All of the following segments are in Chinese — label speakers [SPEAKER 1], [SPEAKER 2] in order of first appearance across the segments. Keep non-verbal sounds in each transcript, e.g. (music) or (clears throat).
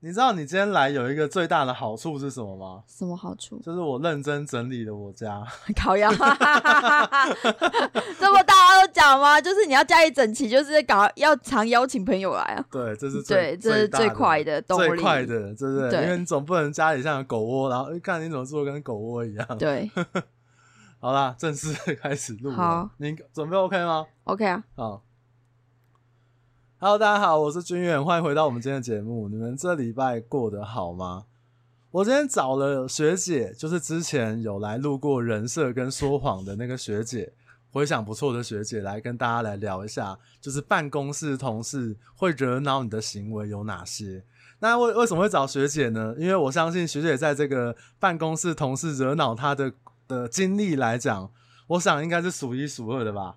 [SPEAKER 1] 你知道你今天来有一个最大的好处是什么吗？
[SPEAKER 2] 什么好处？
[SPEAKER 1] 就是我认真整理了我家，
[SPEAKER 2] (laughs)
[SPEAKER 1] (laughs)
[SPEAKER 2] 烤 (laughs) 鸭，这么大家都讲吗？就是你要家里整齐，就是搞要常邀请朋友来啊。
[SPEAKER 1] 对，这是最
[SPEAKER 2] 对，这是
[SPEAKER 1] 大
[SPEAKER 2] 最快
[SPEAKER 1] 的。
[SPEAKER 2] 的动力。
[SPEAKER 1] 最快的，对不对？
[SPEAKER 2] 对
[SPEAKER 1] 因为你总不能家里像个狗窝，然后哎看你怎么做得跟狗窝一样。
[SPEAKER 2] 对
[SPEAKER 1] 好啦，正式 (laughs) 开始录了。
[SPEAKER 2] 好
[SPEAKER 1] 你准备 OK 吗？
[SPEAKER 2] ，OK 啊，
[SPEAKER 1] 好。Hello，大家好，我是君远，欢迎回到我们今天的节目。你们这礼拜过得好吗？我今天找了学姐，就是之前有来录过人设跟说谎的那个学姐，回想不错的学姐，来跟大家来聊一下，就是办公室同事会惹恼你的行为有哪些？那为为什么会找学姐呢？因为我相信学姐在这个办公室同事惹恼她的的经历来讲，我想应该是数一数二的吧。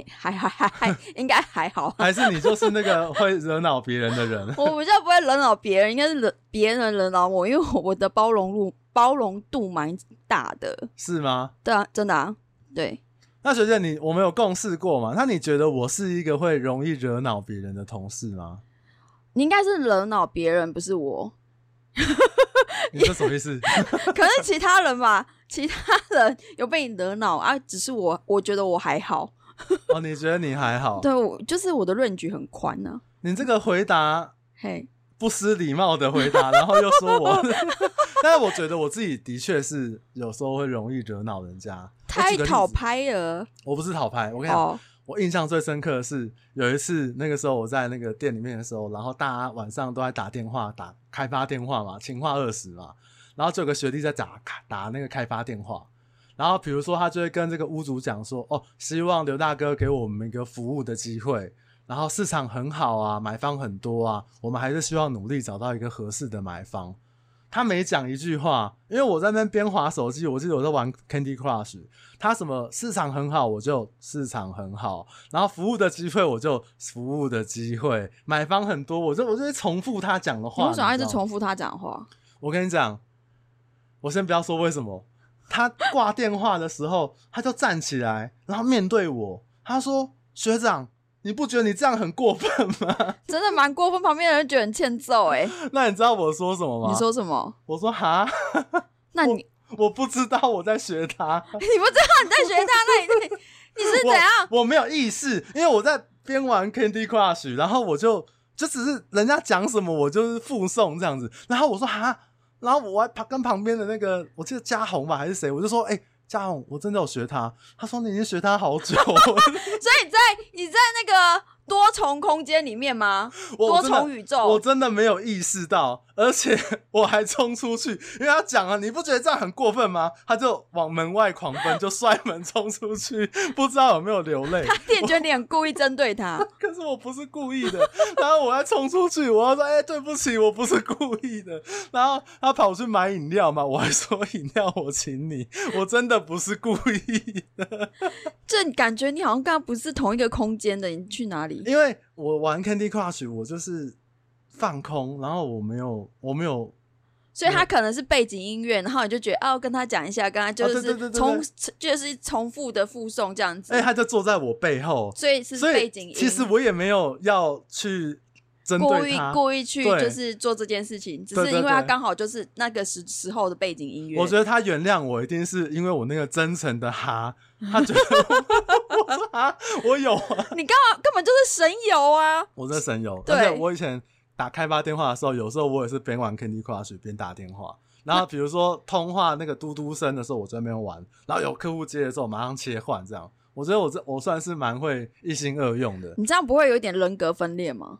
[SPEAKER 2] (laughs) 还还还还 (laughs) 应该还好。？
[SPEAKER 1] 还是你就是那个会惹恼别人的人
[SPEAKER 2] 我比较不会惹恼别人，应该是惹别人惹恼我，因为我的包容度包容度蛮大的。
[SPEAKER 1] 是吗？
[SPEAKER 2] 对啊，真的啊，对，
[SPEAKER 1] 那学姐你，我们有共事过吗？那你觉得我是一个会容易惹恼别人的同事吗？
[SPEAKER 2] 你应该是惹恼别人，不是我。
[SPEAKER 1] 你这什么意思？ (laughs)
[SPEAKER 2] 可是其他人吧， (laughs) 其他人有被你惹恼啊，只是我我觉得我还好，
[SPEAKER 1] 哦，你觉得你还好？
[SPEAKER 2] 对我就是我的论据很宽啊呢、
[SPEAKER 1] 你这个回答
[SPEAKER 2] 嘿，
[SPEAKER 1] 不失礼貌的回答，然后又说我， (laughs) 但是我觉得我自己的确是有时候会容易惹恼人家。我
[SPEAKER 2] 太
[SPEAKER 1] 举个例子
[SPEAKER 2] 讨，拍了
[SPEAKER 1] 我不是讨牌，我跟你讲，
[SPEAKER 2] 哦，
[SPEAKER 1] 我印象最深刻的是有一次，那个时候我在那个店里面的时候，然后大家晚上都在打电话，打开发电话嘛，情话二十嘛，然后就有个学弟在打打那个开发电话，然后比如说他就会跟这个屋主讲说，哦，希望刘大哥给我们一个服务的机会，然后市场很好啊，买方很多啊，我们还是希望努力找到一个合适的买方。他每讲一句话，因为我在那边边划手机，我记得我在玩 Candy Crush，他什么市场很好，我就市场很好，然后服务的机会我就服务的机会，买方很多，我就我就会重复他讲的
[SPEAKER 2] 你
[SPEAKER 1] 话。
[SPEAKER 2] 为什么要一
[SPEAKER 1] 你
[SPEAKER 2] 直
[SPEAKER 1] 知道吗
[SPEAKER 2] 重复他讲话？
[SPEAKER 1] 我跟你讲，我先不要说为什么，他挂电话的时候，他就站起来，然后面对我，他说：“学长，你不觉得你这样很过分吗
[SPEAKER 2] (laughs)
[SPEAKER 1] (laughs)
[SPEAKER 2] 真的蛮过分，旁边的人觉得很欠揍哎、？”
[SPEAKER 1] 那你知道我说什么吗？
[SPEAKER 2] 你说什么？
[SPEAKER 1] 我说哈， (laughs)
[SPEAKER 2] 那你 (laughs)
[SPEAKER 1] 我不知道我在学他，
[SPEAKER 2] 你不知道你在学他，那你在你是怎样？
[SPEAKER 1] (laughs) 我没有意识，因为我在边玩 Candy Crush，然后我就就只是人家讲什么，我就是附送这样子。然后我说哈，然后我还旁跟旁边的那个，我记得嘉宏吧还是谁，我就说哎。嘉宏，我真的有学他。他说你已经学他好久，
[SPEAKER 2] (laughs)
[SPEAKER 1] (laughs)
[SPEAKER 2] 所以你在你在那个多重空间里面吗？
[SPEAKER 1] 我
[SPEAKER 2] 多
[SPEAKER 1] 真的
[SPEAKER 2] 重宇宙
[SPEAKER 1] 我？真的没有意识到，而且 (laughs) 我还冲出去，因为他讲了，你不觉得这样很过分吗？他就往门外狂奔，就摔门冲出去，不知道有没有流泪。
[SPEAKER 2] 店觉得你很故意针对他，
[SPEAKER 1] 可是我不是故意的， (laughs) 然后我还冲出去，我要说，哎、对不起，我不是故意的。然后他跑去买饮料嘛，我还说饮料我请你， (laughs) 我真的不是故意，
[SPEAKER 2] 这感觉你好像跟他不是同一个空间的，你去哪里？
[SPEAKER 1] 因为我玩 Candy Crush，我就是放空，然后我没有，我没有
[SPEAKER 2] 所以他可能是背景音乐，然后你就觉得哦，跟他讲一下，跟他就
[SPEAKER 1] 哦对对对
[SPEAKER 2] 是
[SPEAKER 1] 对对
[SPEAKER 2] 重就是重复的附送这样子
[SPEAKER 1] 哎、，他就坐在我背后，
[SPEAKER 2] 所以是
[SPEAKER 1] 所
[SPEAKER 2] 背
[SPEAKER 1] 以
[SPEAKER 2] 景音。
[SPEAKER 1] 其实我也没有要去针
[SPEAKER 2] 故
[SPEAKER 1] 对
[SPEAKER 2] 意
[SPEAKER 1] 他，
[SPEAKER 2] 故意去
[SPEAKER 1] 对
[SPEAKER 2] 就是做这件事情，只
[SPEAKER 1] 对
[SPEAKER 2] 是
[SPEAKER 1] 对
[SPEAKER 2] 因为他
[SPEAKER 1] 对
[SPEAKER 2] 刚好就是那个时时候的背景音乐。
[SPEAKER 1] 我觉得他原谅我，一定是因为我那个真诚的哈，他觉得我 (laughs) 我说哈，我有啊，
[SPEAKER 2] 你根本根本就是神游啊！
[SPEAKER 1] 我真的神游。
[SPEAKER 2] 对
[SPEAKER 1] 而且我以前打开发电话的时候，有时候我也是边玩 Candy Crush 边打电话。然后比如说通话那个嘟嘟声的时候，我在那边玩，然后有客户接的时候马上切换，这样。我觉得我这我算是蛮会一心二用的，
[SPEAKER 2] 你这样不会有一点人格分裂吗？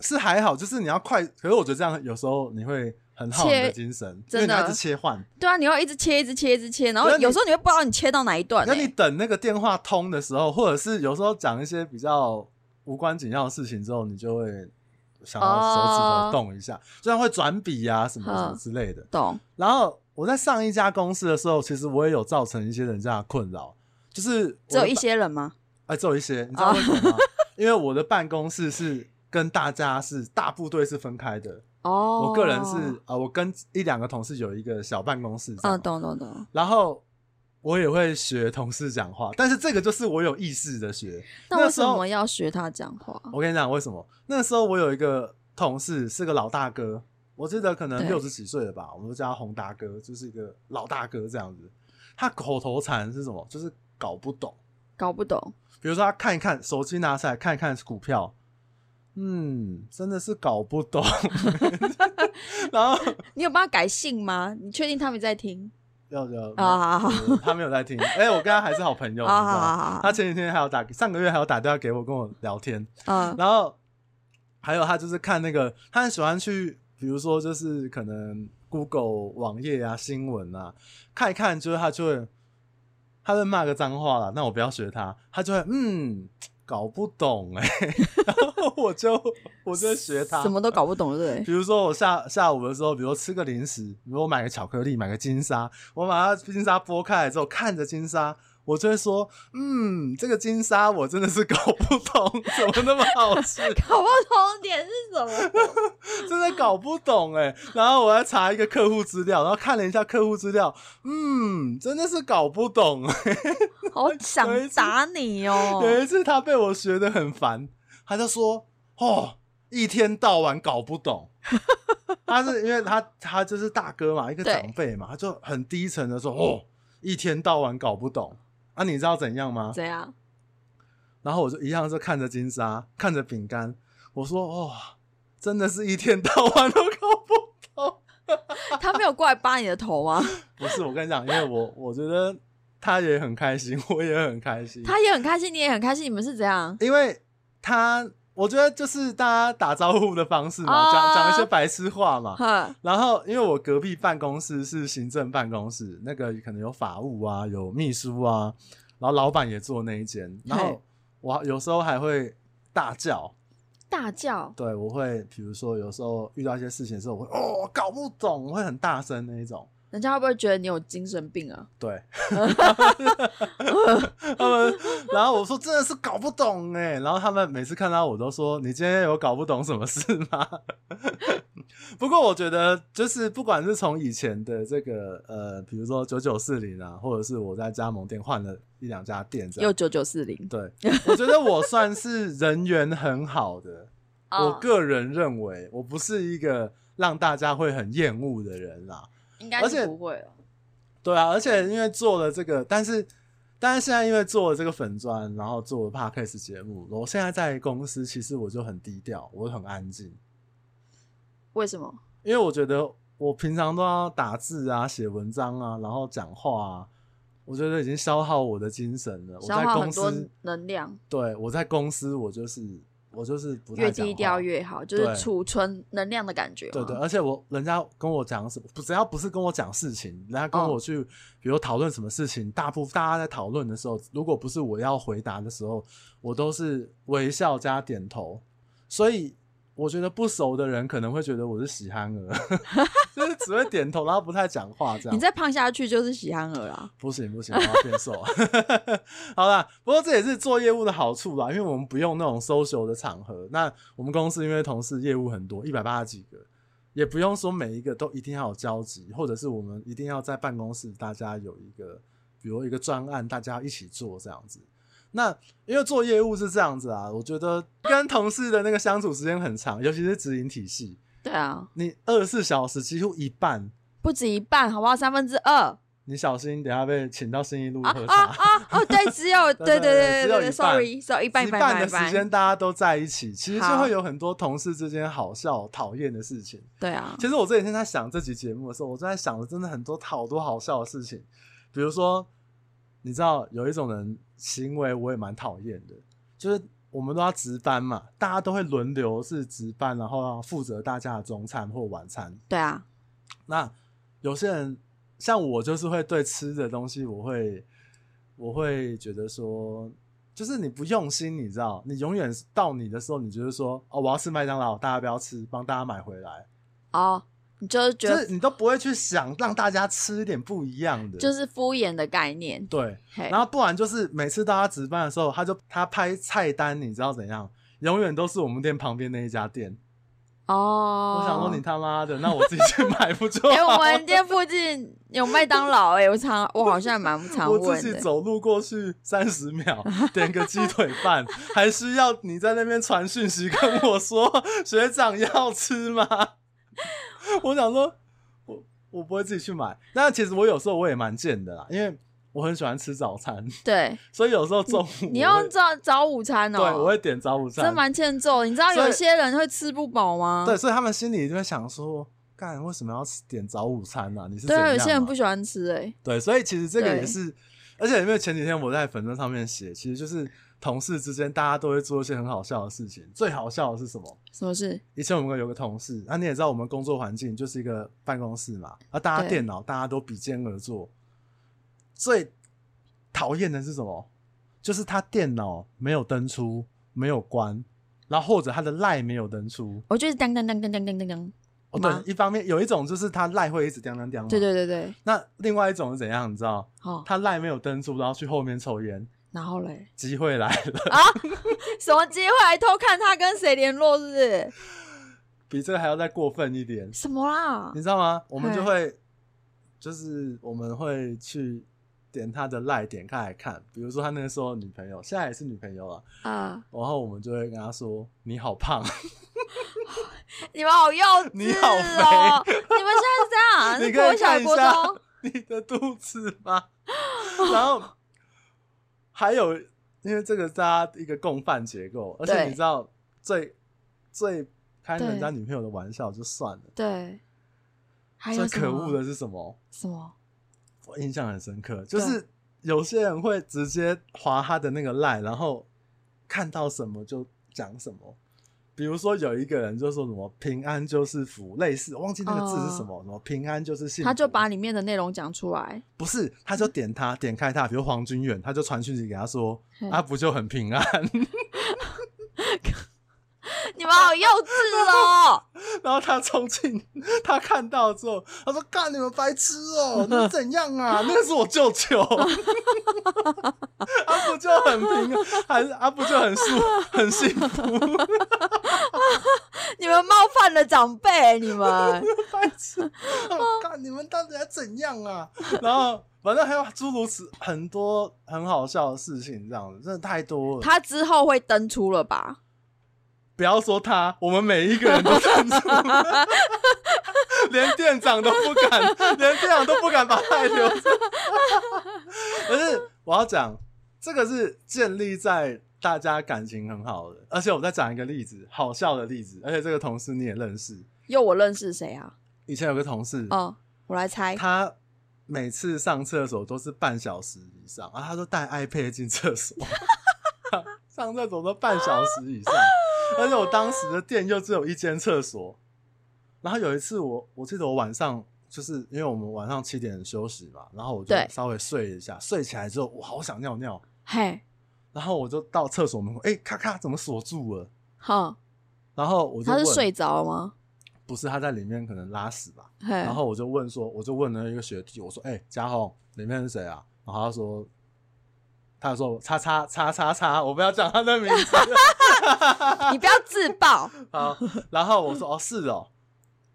[SPEAKER 1] 是还好，就是你要快，可是我觉得这样有时候你会很耗你的
[SPEAKER 2] 切
[SPEAKER 1] 精神，因
[SPEAKER 2] 真
[SPEAKER 1] 为你要一
[SPEAKER 2] 的
[SPEAKER 1] 直切换。
[SPEAKER 2] 对啊，你要一直切，一直切，一直切，然后
[SPEAKER 1] 那你
[SPEAKER 2] 有时候你会不知道你切到哪一段、
[SPEAKER 1] 那你
[SPEAKER 2] 欸。
[SPEAKER 1] 等那个电话通的时候，或者是有时候讲一些比较无关紧要的事情之后，你就会想要手
[SPEAKER 2] 哦
[SPEAKER 1] 指头动一下，这样会转笔啊什么什么之类的。
[SPEAKER 2] 懂？
[SPEAKER 1] 然后我在上一家公司的时候，其实我也有造成一些人家的困扰，就是我
[SPEAKER 2] 只有
[SPEAKER 1] 的
[SPEAKER 2] 一哦
[SPEAKER 1] 办
[SPEAKER 2] 些人吗？
[SPEAKER 1] 哎，只有一些，你知道为什么吗？ (laughs) 因为我的办公室是跟大家是大部队是分开的，
[SPEAKER 2] 哦，
[SPEAKER 1] 我个人是啊，我跟一两个同事有一个小办公室这样，
[SPEAKER 2] 嗯，懂懂懂。
[SPEAKER 1] 然后我也会学同事讲话，但是这个就是我有意识的学。
[SPEAKER 2] 那
[SPEAKER 1] 那
[SPEAKER 2] 为什
[SPEAKER 1] 时候
[SPEAKER 2] 么要学他讲话？
[SPEAKER 1] 我跟你讲为什么？那时候我有一个同事是个老大哥，我记得可能
[SPEAKER 2] 对
[SPEAKER 1] 六十几岁了吧，我们都叫他宏大哥，就是一个老大哥这样子。他口头禅是什么？就是搞不懂。
[SPEAKER 2] 搞不懂。
[SPEAKER 1] 比如说他看一看手机拿起来看一看股票，嗯，真的是搞不
[SPEAKER 2] (laughs)
[SPEAKER 1] 懂。 (laughs) 然后
[SPEAKER 2] 你有帮他改姓吗？你确定他们在听？
[SPEAKER 1] 要要
[SPEAKER 2] 啊好
[SPEAKER 1] 对他没有在听。哎、我跟他还是好朋友，你知
[SPEAKER 2] 啊
[SPEAKER 1] 道
[SPEAKER 2] 好好
[SPEAKER 1] 吗？
[SPEAKER 2] 好好
[SPEAKER 1] 他前几天还有打，上个月还有打电话给我跟我聊天，
[SPEAKER 2] (laughs) 嗯
[SPEAKER 1] 然后还有他就是看那个，他很喜欢去，比如说就是可能 Google 网页啊、新闻啊，看一看，就是他就会，他会骂个脏话啦，那我不要学他，他就会嗯搞不懂
[SPEAKER 2] (laughs)
[SPEAKER 1] 哎、然后我就我就学他
[SPEAKER 2] 什么都搞不懂，对不
[SPEAKER 1] 比 (laughs)
[SPEAKER 2] 对？
[SPEAKER 1] 如说我下下午的时候，比如说吃个零食，比如我买个巧克力，买个金沙，我把它金沙剥开来之后，看着金沙，我就会说，嗯，这个金沙我真的是搞不懂，怎么那么好吃，
[SPEAKER 2] 搞不懂点是什么？ (laughs)
[SPEAKER 1] 真的搞不懂哎、然后我还查一个客户资料，然后看了一下客户资料，嗯，真的是搞不懂。
[SPEAKER 2] 好想
[SPEAKER 1] 有一次
[SPEAKER 2] 打你哦！
[SPEAKER 1] 有一次他被我学的很烦，他就说：“哦，一天到晚搞不
[SPEAKER 2] (laughs)
[SPEAKER 1] 懂。”他是因为他他就是大哥嘛，一个
[SPEAKER 2] 对
[SPEAKER 1] 长辈嘛，他就很低沉的说：“哦，一天到晚搞不懂。”啊，你知道怎样吗？
[SPEAKER 2] 怎样？ (laughs)
[SPEAKER 1] 然后我就一样就看着金沙，看着饼干，我说：“哦，真的是一天到晚都搞不懂。
[SPEAKER 2] 他没有过来扒你的头 (laughs) 吗？”
[SPEAKER 1] 不是，我跟你讲，因为我我觉得他也很开心， (laughs) 我也很开心。
[SPEAKER 2] 他也很开心，你也很开心，你们是怎 (laughs) 样？
[SPEAKER 1] 因为他，我觉得就是大家打招呼的方式嘛，
[SPEAKER 2] 啊
[SPEAKER 1] 讲讲、一些白痴话嘛。
[SPEAKER 2] 哼，
[SPEAKER 1] 然后，因为我隔壁办公室是行政办公室，那个可能有法务啊，有秘书啊，然后老板也做那一间。然后
[SPEAKER 2] 嘿
[SPEAKER 1] 我有时候还会大叫，
[SPEAKER 2] 大叫，
[SPEAKER 1] 对我会，比如说有时候遇到一些事情的时候，我会哦我搞不懂，我会很大声那一种。
[SPEAKER 2] 人家会不会觉得你有精神病啊？
[SPEAKER 1] 对，他们，然后我说真的是搞不懂哎，然后他们每次看到我都说你今天有搞不懂什么事吗？ (laughs) 不过我觉得就是不管是从以前的这个呃，比如说九九四零啊，或者是我在加盟店换了一两家店这
[SPEAKER 2] 又
[SPEAKER 1] 样，
[SPEAKER 2] 九九四零，
[SPEAKER 1] 对，我觉得我算是人缘很好的，我
[SPEAKER 2] 哦，
[SPEAKER 1] 个人认为我不是一个让大家会很厌恶的人啦、
[SPEAKER 2] 应该
[SPEAKER 1] 而且
[SPEAKER 2] 是不会哦了。
[SPEAKER 1] 对啊，而且因为做了这个，但是但是现在因为做了这个粉砖，然后做了 podcast 节目，我现在在公司其实我就很低调，我很安静，
[SPEAKER 2] 为什么？
[SPEAKER 1] 因为我觉得我平常都要打字啊、写文章啊，然后讲话啊，我觉得已经消耗我的精神了。我
[SPEAKER 2] 消
[SPEAKER 1] 在
[SPEAKER 2] 耗
[SPEAKER 1] 公
[SPEAKER 2] 很多
[SPEAKER 1] 司，
[SPEAKER 2] 能量，
[SPEAKER 1] 对我在公司，我就是我就是不太
[SPEAKER 2] 越
[SPEAKER 1] 讲
[SPEAKER 2] 低
[SPEAKER 1] 话
[SPEAKER 2] 调越好，就
[SPEAKER 1] 对
[SPEAKER 2] 是储存能量的感觉嘛。
[SPEAKER 1] 对对，而且我人家跟我讲什么，不只要不是跟我讲事情，人家跟
[SPEAKER 2] 哦
[SPEAKER 1] 我去，比如讨论什么事情，大部大家在讨论的时候，如果不是我要回答的时候，我都是微笑加点头。所以我觉得不熟的人可能会觉得我是喜憨儿， (laughs) 就是只会点头，然后不太讲话这样。
[SPEAKER 2] 你再胖下去就是喜憨儿啊啦。
[SPEAKER 1] 不行不行，我要变瘦。 (laughs) 好啦，不过这也是做业务的好处啦，因为我们不用那种 social 的场合。那我们公司因为同事业务很多，一百八十几个，也不用说每一个都一定要有交集，或者是我们一定要在办公室大家有一个，比如一个专案，大家一起做这样子。那因为做业务是这样子啊，我觉得跟同事的那个相处时间很长，尤其是直营体系，
[SPEAKER 2] 对啊，
[SPEAKER 1] 你二十四小时几乎一半，
[SPEAKER 2] 不止一半，好不好？三分之二。
[SPEAKER 1] 你小心等一下被请到新一路
[SPEAKER 2] 啊
[SPEAKER 1] 喝茶。
[SPEAKER 2] 啊啊！哦，对，
[SPEAKER 1] (laughs)
[SPEAKER 2] 只有
[SPEAKER 1] 对对
[SPEAKER 2] 对对
[SPEAKER 1] 对只
[SPEAKER 2] 对
[SPEAKER 1] 有一
[SPEAKER 2] 对
[SPEAKER 1] 半
[SPEAKER 2] 对，sorry，只有一半
[SPEAKER 1] 一
[SPEAKER 2] 半
[SPEAKER 1] 的
[SPEAKER 2] 一半
[SPEAKER 1] 时间，大家都在一起，其实就
[SPEAKER 2] 好
[SPEAKER 1] 会有很多同事之间好笑、讨厌的事情。
[SPEAKER 2] 对啊，
[SPEAKER 1] 其实我这几天在想这集节目的时候，我正在想了真的很多好多好笑的事情，比如说，你知道有一种人行为我也蛮讨厌的，就是我们都要值班嘛，大家都会轮流是值班，然后要负责大家的中餐或晚餐。
[SPEAKER 2] 对啊，
[SPEAKER 1] 那有些人像我，就是会对吃的东西，我会我会觉得说，就是你不用心，你知道，你永远到你的时候，你就是说，哦，我要吃麦当劳，大家不要吃，帮大家买回来，
[SPEAKER 2] 哦，你就是觉
[SPEAKER 1] 就
[SPEAKER 2] 得
[SPEAKER 1] 是你都不会去想让大家吃一点不一样的，
[SPEAKER 2] 就是敷衍的概念，
[SPEAKER 1] 对。
[SPEAKER 2] 嘿
[SPEAKER 1] 然后不然就是每次大家值班的时候，他就他拍菜单，你知道怎样？永远都是我们店旁边那一家店。
[SPEAKER 2] 哦，
[SPEAKER 1] 我想说你他妈的，那我自己去买不就好了？
[SPEAKER 2] (laughs) 哎，我们店附近有麦当劳，哎，我常我好像蛮常
[SPEAKER 1] 我自
[SPEAKER 2] 问
[SPEAKER 1] 己
[SPEAKER 2] 的，
[SPEAKER 1] 走路过去三十秒，点个鸡腿饭， (laughs) 还需要你在那边传讯息跟我说学长要吃吗？ (laughs) 我想说，我我不会自己去买，但其实我有时候我也蛮贱的啦，因为我很喜欢吃早餐，
[SPEAKER 2] 对，
[SPEAKER 1] 所以有时候中午
[SPEAKER 2] 你
[SPEAKER 1] 我
[SPEAKER 2] 要
[SPEAKER 1] 会
[SPEAKER 2] 早早午餐哦、
[SPEAKER 1] 对，我会点早午餐，
[SPEAKER 2] 真蛮欠揍的。你知道
[SPEAKER 1] 所以
[SPEAKER 2] 有些人会吃不饱吗？
[SPEAKER 1] 对，所以他们心里就会想说，干为什么要吃点早午餐呢、啊？你是
[SPEAKER 2] 对
[SPEAKER 1] 怎
[SPEAKER 2] 啊，
[SPEAKER 1] 样
[SPEAKER 2] 有些人
[SPEAKER 1] 啊
[SPEAKER 2] 不喜欢吃、欸，
[SPEAKER 1] 对，所以其实这个也
[SPEAKER 2] 对
[SPEAKER 1] 是，而且因为前几天我在粉砖上面写，其实就是同事之间大家都会做一些很好笑的事情。最好笑的是什么？
[SPEAKER 2] 什么事？
[SPEAKER 1] 以前我们有个同事，那、你也知道我们工作环境就是一个办公室嘛，啊，大家
[SPEAKER 2] 对
[SPEAKER 1] 电脑大家都比肩而坐。最讨厌的是什么？就是他电脑没有登出，没有关，然后或者他的赖没有登出。
[SPEAKER 2] 我就是当当当当当当当当。
[SPEAKER 1] 哦，对
[SPEAKER 2] 吗，
[SPEAKER 1] 一方面有一种就是他赖会一直叮叮叮嘛，
[SPEAKER 2] 对对对对，
[SPEAKER 1] 那另外一种是怎样？你知道？
[SPEAKER 2] 好、
[SPEAKER 1] 他赖没有登出，然后去后面抽烟，
[SPEAKER 2] 然后
[SPEAKER 1] (laughs)
[SPEAKER 2] 嘞，
[SPEAKER 1] 机会来了，
[SPEAKER 2] 什么机会还偷看他跟谁联络？是不是？
[SPEAKER 1] 比这个还要再过分一点，
[SPEAKER 2] 什么啦
[SPEAKER 1] 你？知道吗？我们就
[SPEAKER 2] 嘿
[SPEAKER 1] 会，就是我们会去点他的赖，点开来看，比如说他那个时候女朋友，现在也是女朋友啊，
[SPEAKER 2] 啊，
[SPEAKER 1] 然后我们就会跟他说：“你好胖。 (laughs)
[SPEAKER 2] 你们好幼稚哦！
[SPEAKER 1] 你好肥
[SPEAKER 2] 你们现在
[SPEAKER 1] (laughs)
[SPEAKER 2] 是
[SPEAKER 1] 你
[SPEAKER 2] 这
[SPEAKER 1] 可
[SPEAKER 2] 样？
[SPEAKER 1] 以
[SPEAKER 2] 是国小
[SPEAKER 1] 看一
[SPEAKER 2] 国
[SPEAKER 1] 下
[SPEAKER 2] 中？
[SPEAKER 1] (laughs) 你的肚子吗？”然后还有，因为这个大家一个共犯结构，而且
[SPEAKER 2] 对
[SPEAKER 1] 你知道最最开人家
[SPEAKER 2] 对
[SPEAKER 1] 女朋友的玩笑就算了。
[SPEAKER 2] 对，还有
[SPEAKER 1] 最
[SPEAKER 2] 什
[SPEAKER 1] 可
[SPEAKER 2] 么
[SPEAKER 1] 恶的是什么？
[SPEAKER 2] 什么？
[SPEAKER 1] 我印象很深刻，就是有些人会直接划他的那个赖，然后看到什么就讲什么。比如说有一个人就说什么“平安就是福”，类似我忘记那个字是什么，什么“平安就是幸福”，
[SPEAKER 2] 哦他就把里面的内容讲出来。
[SPEAKER 1] 不是，他就点他点开他，比如黄君远，他就传讯息给他说
[SPEAKER 2] 嘿：“
[SPEAKER 1] 啊，不就很平安
[SPEAKER 2] (laughs) 你们好幼稚哦！？”
[SPEAKER 1] 然后他冲进，他看到之后，他说：“干你们白痴哦、那怎样啊？那是我舅舅。” (laughs) 啊，不就很平安，还是啊，不就很幸很幸福？
[SPEAKER 2] (laughs) 你们冒犯了长辈，
[SPEAKER 1] (laughs)
[SPEAKER 2] 你们
[SPEAKER 1] 白痴！啊干你们到底还怎样啊？然后反正还有诸如此很多很好笑的事情，这样子真的太多了。
[SPEAKER 2] 他之后会登出了吧？
[SPEAKER 1] 不要说他，我们每一个人都站出来， (laughs) 连店长都不敢，连店长都不敢把他留着。 (laughs) 可是我要讲，这个是建立在大家感情很好的，而且我再讲一个例子，好笑的例子，而且这个同事你也认识，
[SPEAKER 2] 又我认识谁啊？
[SPEAKER 1] 以前有个同事，
[SPEAKER 2] 哦，我来猜。
[SPEAKER 1] 嗯他每次上厕所都是半小时以上，然后他都带 iPad 进厕所， (laughs) 上厕所都半小时以上，而且我当时的店又只有一间厕所。然后有一次我我记得我晚上就是因为我们晚上七点休息嘛，然后我就
[SPEAKER 2] 对
[SPEAKER 1] 稍微睡一下，睡起来之后我好想尿尿，
[SPEAKER 2] 嘿，
[SPEAKER 1] 然后我就到厕所门口，哎，咔咔怎么锁住了？
[SPEAKER 2] 哼，
[SPEAKER 1] 然后我就
[SPEAKER 2] 他是
[SPEAKER 1] 问
[SPEAKER 2] 睡着了吗？
[SPEAKER 1] 不是他在里面可能拉屎吧，
[SPEAKER 2] 嘿，
[SPEAKER 1] 然后我就问说，我就问了一个学弟，我说：“哎、嘉宏里面是谁啊？”然后他说：“他说叉叉叉叉叉，我不要讲他的名字。
[SPEAKER 2] (laughs) 你不要自
[SPEAKER 1] (laughs)
[SPEAKER 2] 爆。”
[SPEAKER 1] 好，然后我说：“哦，是哦。”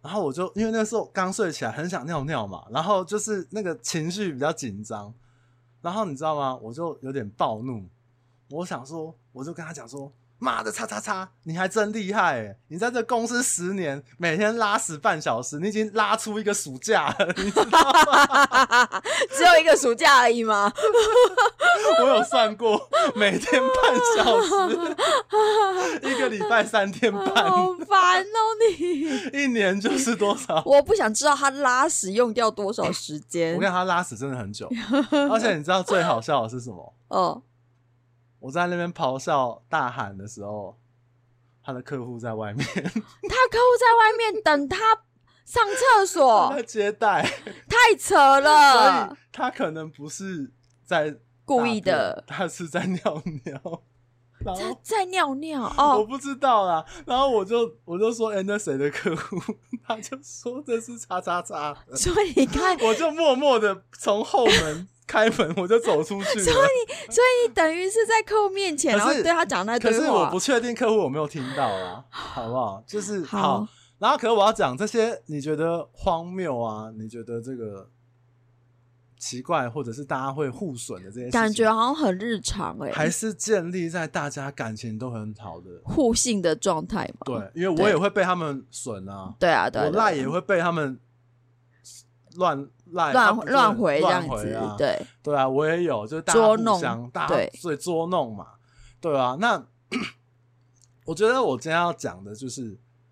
[SPEAKER 1] 然后我就因为那时候刚睡起来，很想尿尿嘛，然后就是那个情绪比较紧张，然后你知道吗？我就有点暴怒，我想说，我就跟他讲说。妈的，叉叉叉！你还真厉害哎！你在这公司十年，每天拉屎半小时，你已经拉出一个暑假了，你
[SPEAKER 2] 只有一个暑假而已吗？
[SPEAKER 1] (laughs) 我有算过，每天半小
[SPEAKER 2] (laughs)
[SPEAKER 1] 时，一个礼拜三天 (laughs) 半，
[SPEAKER 2] 好烦哦你！ (laughs)
[SPEAKER 1] 一年就是多少？
[SPEAKER 2] 我不想知道他拉屎用掉多少时间
[SPEAKER 1] 我。看他拉屎真的很
[SPEAKER 2] (laughs)
[SPEAKER 1] 久，而且你知道最好笑的是什么？
[SPEAKER 2] 哦，
[SPEAKER 1] 我在那边咆哮大喊的时候，他的客户在外面，
[SPEAKER 2] 他客户在外面等他上厕
[SPEAKER 1] (laughs) 他
[SPEAKER 2] 所
[SPEAKER 1] 在，接待，
[SPEAKER 2] 太扯
[SPEAKER 1] 所
[SPEAKER 2] 了
[SPEAKER 1] 以。他可能不是在
[SPEAKER 2] 嗯故意的
[SPEAKER 1] 大便他是在尿
[SPEAKER 2] (laughs)
[SPEAKER 1] 尿。然
[SPEAKER 2] 他
[SPEAKER 1] 后
[SPEAKER 2] 在尿尿
[SPEAKER 1] 哦我
[SPEAKER 2] 哦，
[SPEAKER 1] 不知道啦，然后我就我就说，哎、那谁的客户？ (laughs) 他就说这是叉叉叉。
[SPEAKER 2] 所以你看，
[SPEAKER 1] 呃我就默默的从后门开门，我就走出去了。
[SPEAKER 2] 所以你等于是在客户面前，
[SPEAKER 1] 可
[SPEAKER 2] 然后
[SPEAKER 1] 是
[SPEAKER 2] 对他讲那
[SPEAKER 1] 可
[SPEAKER 2] 堆
[SPEAKER 1] 是我
[SPEAKER 2] 话
[SPEAKER 1] 不。确定客户有没有听到啊，好不好？就是
[SPEAKER 2] 好
[SPEAKER 1] 好。然后，可是我要讲这些，你觉得荒谬啊？你觉得这个奇怪或者是大家会互损的这些事情，
[SPEAKER 2] 感觉好像很日常哎、
[SPEAKER 1] 还是建立在大家感情都很好的。
[SPEAKER 2] 互信的状态嘛。
[SPEAKER 1] 对，因为我
[SPEAKER 2] 哦对
[SPEAKER 1] 也会被他们损啊，
[SPEAKER 2] 对啊，对啊
[SPEAKER 1] 我
[SPEAKER 2] 对啊
[SPEAKER 1] 赖也会被他们乱赖啊
[SPEAKER 2] 乱
[SPEAKER 1] 不是
[SPEAKER 2] 乱回这
[SPEAKER 1] 乱
[SPEAKER 2] 样
[SPEAKER 1] 回
[SPEAKER 2] 子，
[SPEAKER 1] 啊
[SPEAKER 2] 对
[SPEAKER 1] 对啊，我也有，就是大家
[SPEAKER 2] 捉
[SPEAKER 1] 互
[SPEAKER 2] 弄
[SPEAKER 1] 相，大家
[SPEAKER 2] 对
[SPEAKER 1] 所以捉弄嘛，对啊。那 (clears throat) 我觉得我今天要讲的就是，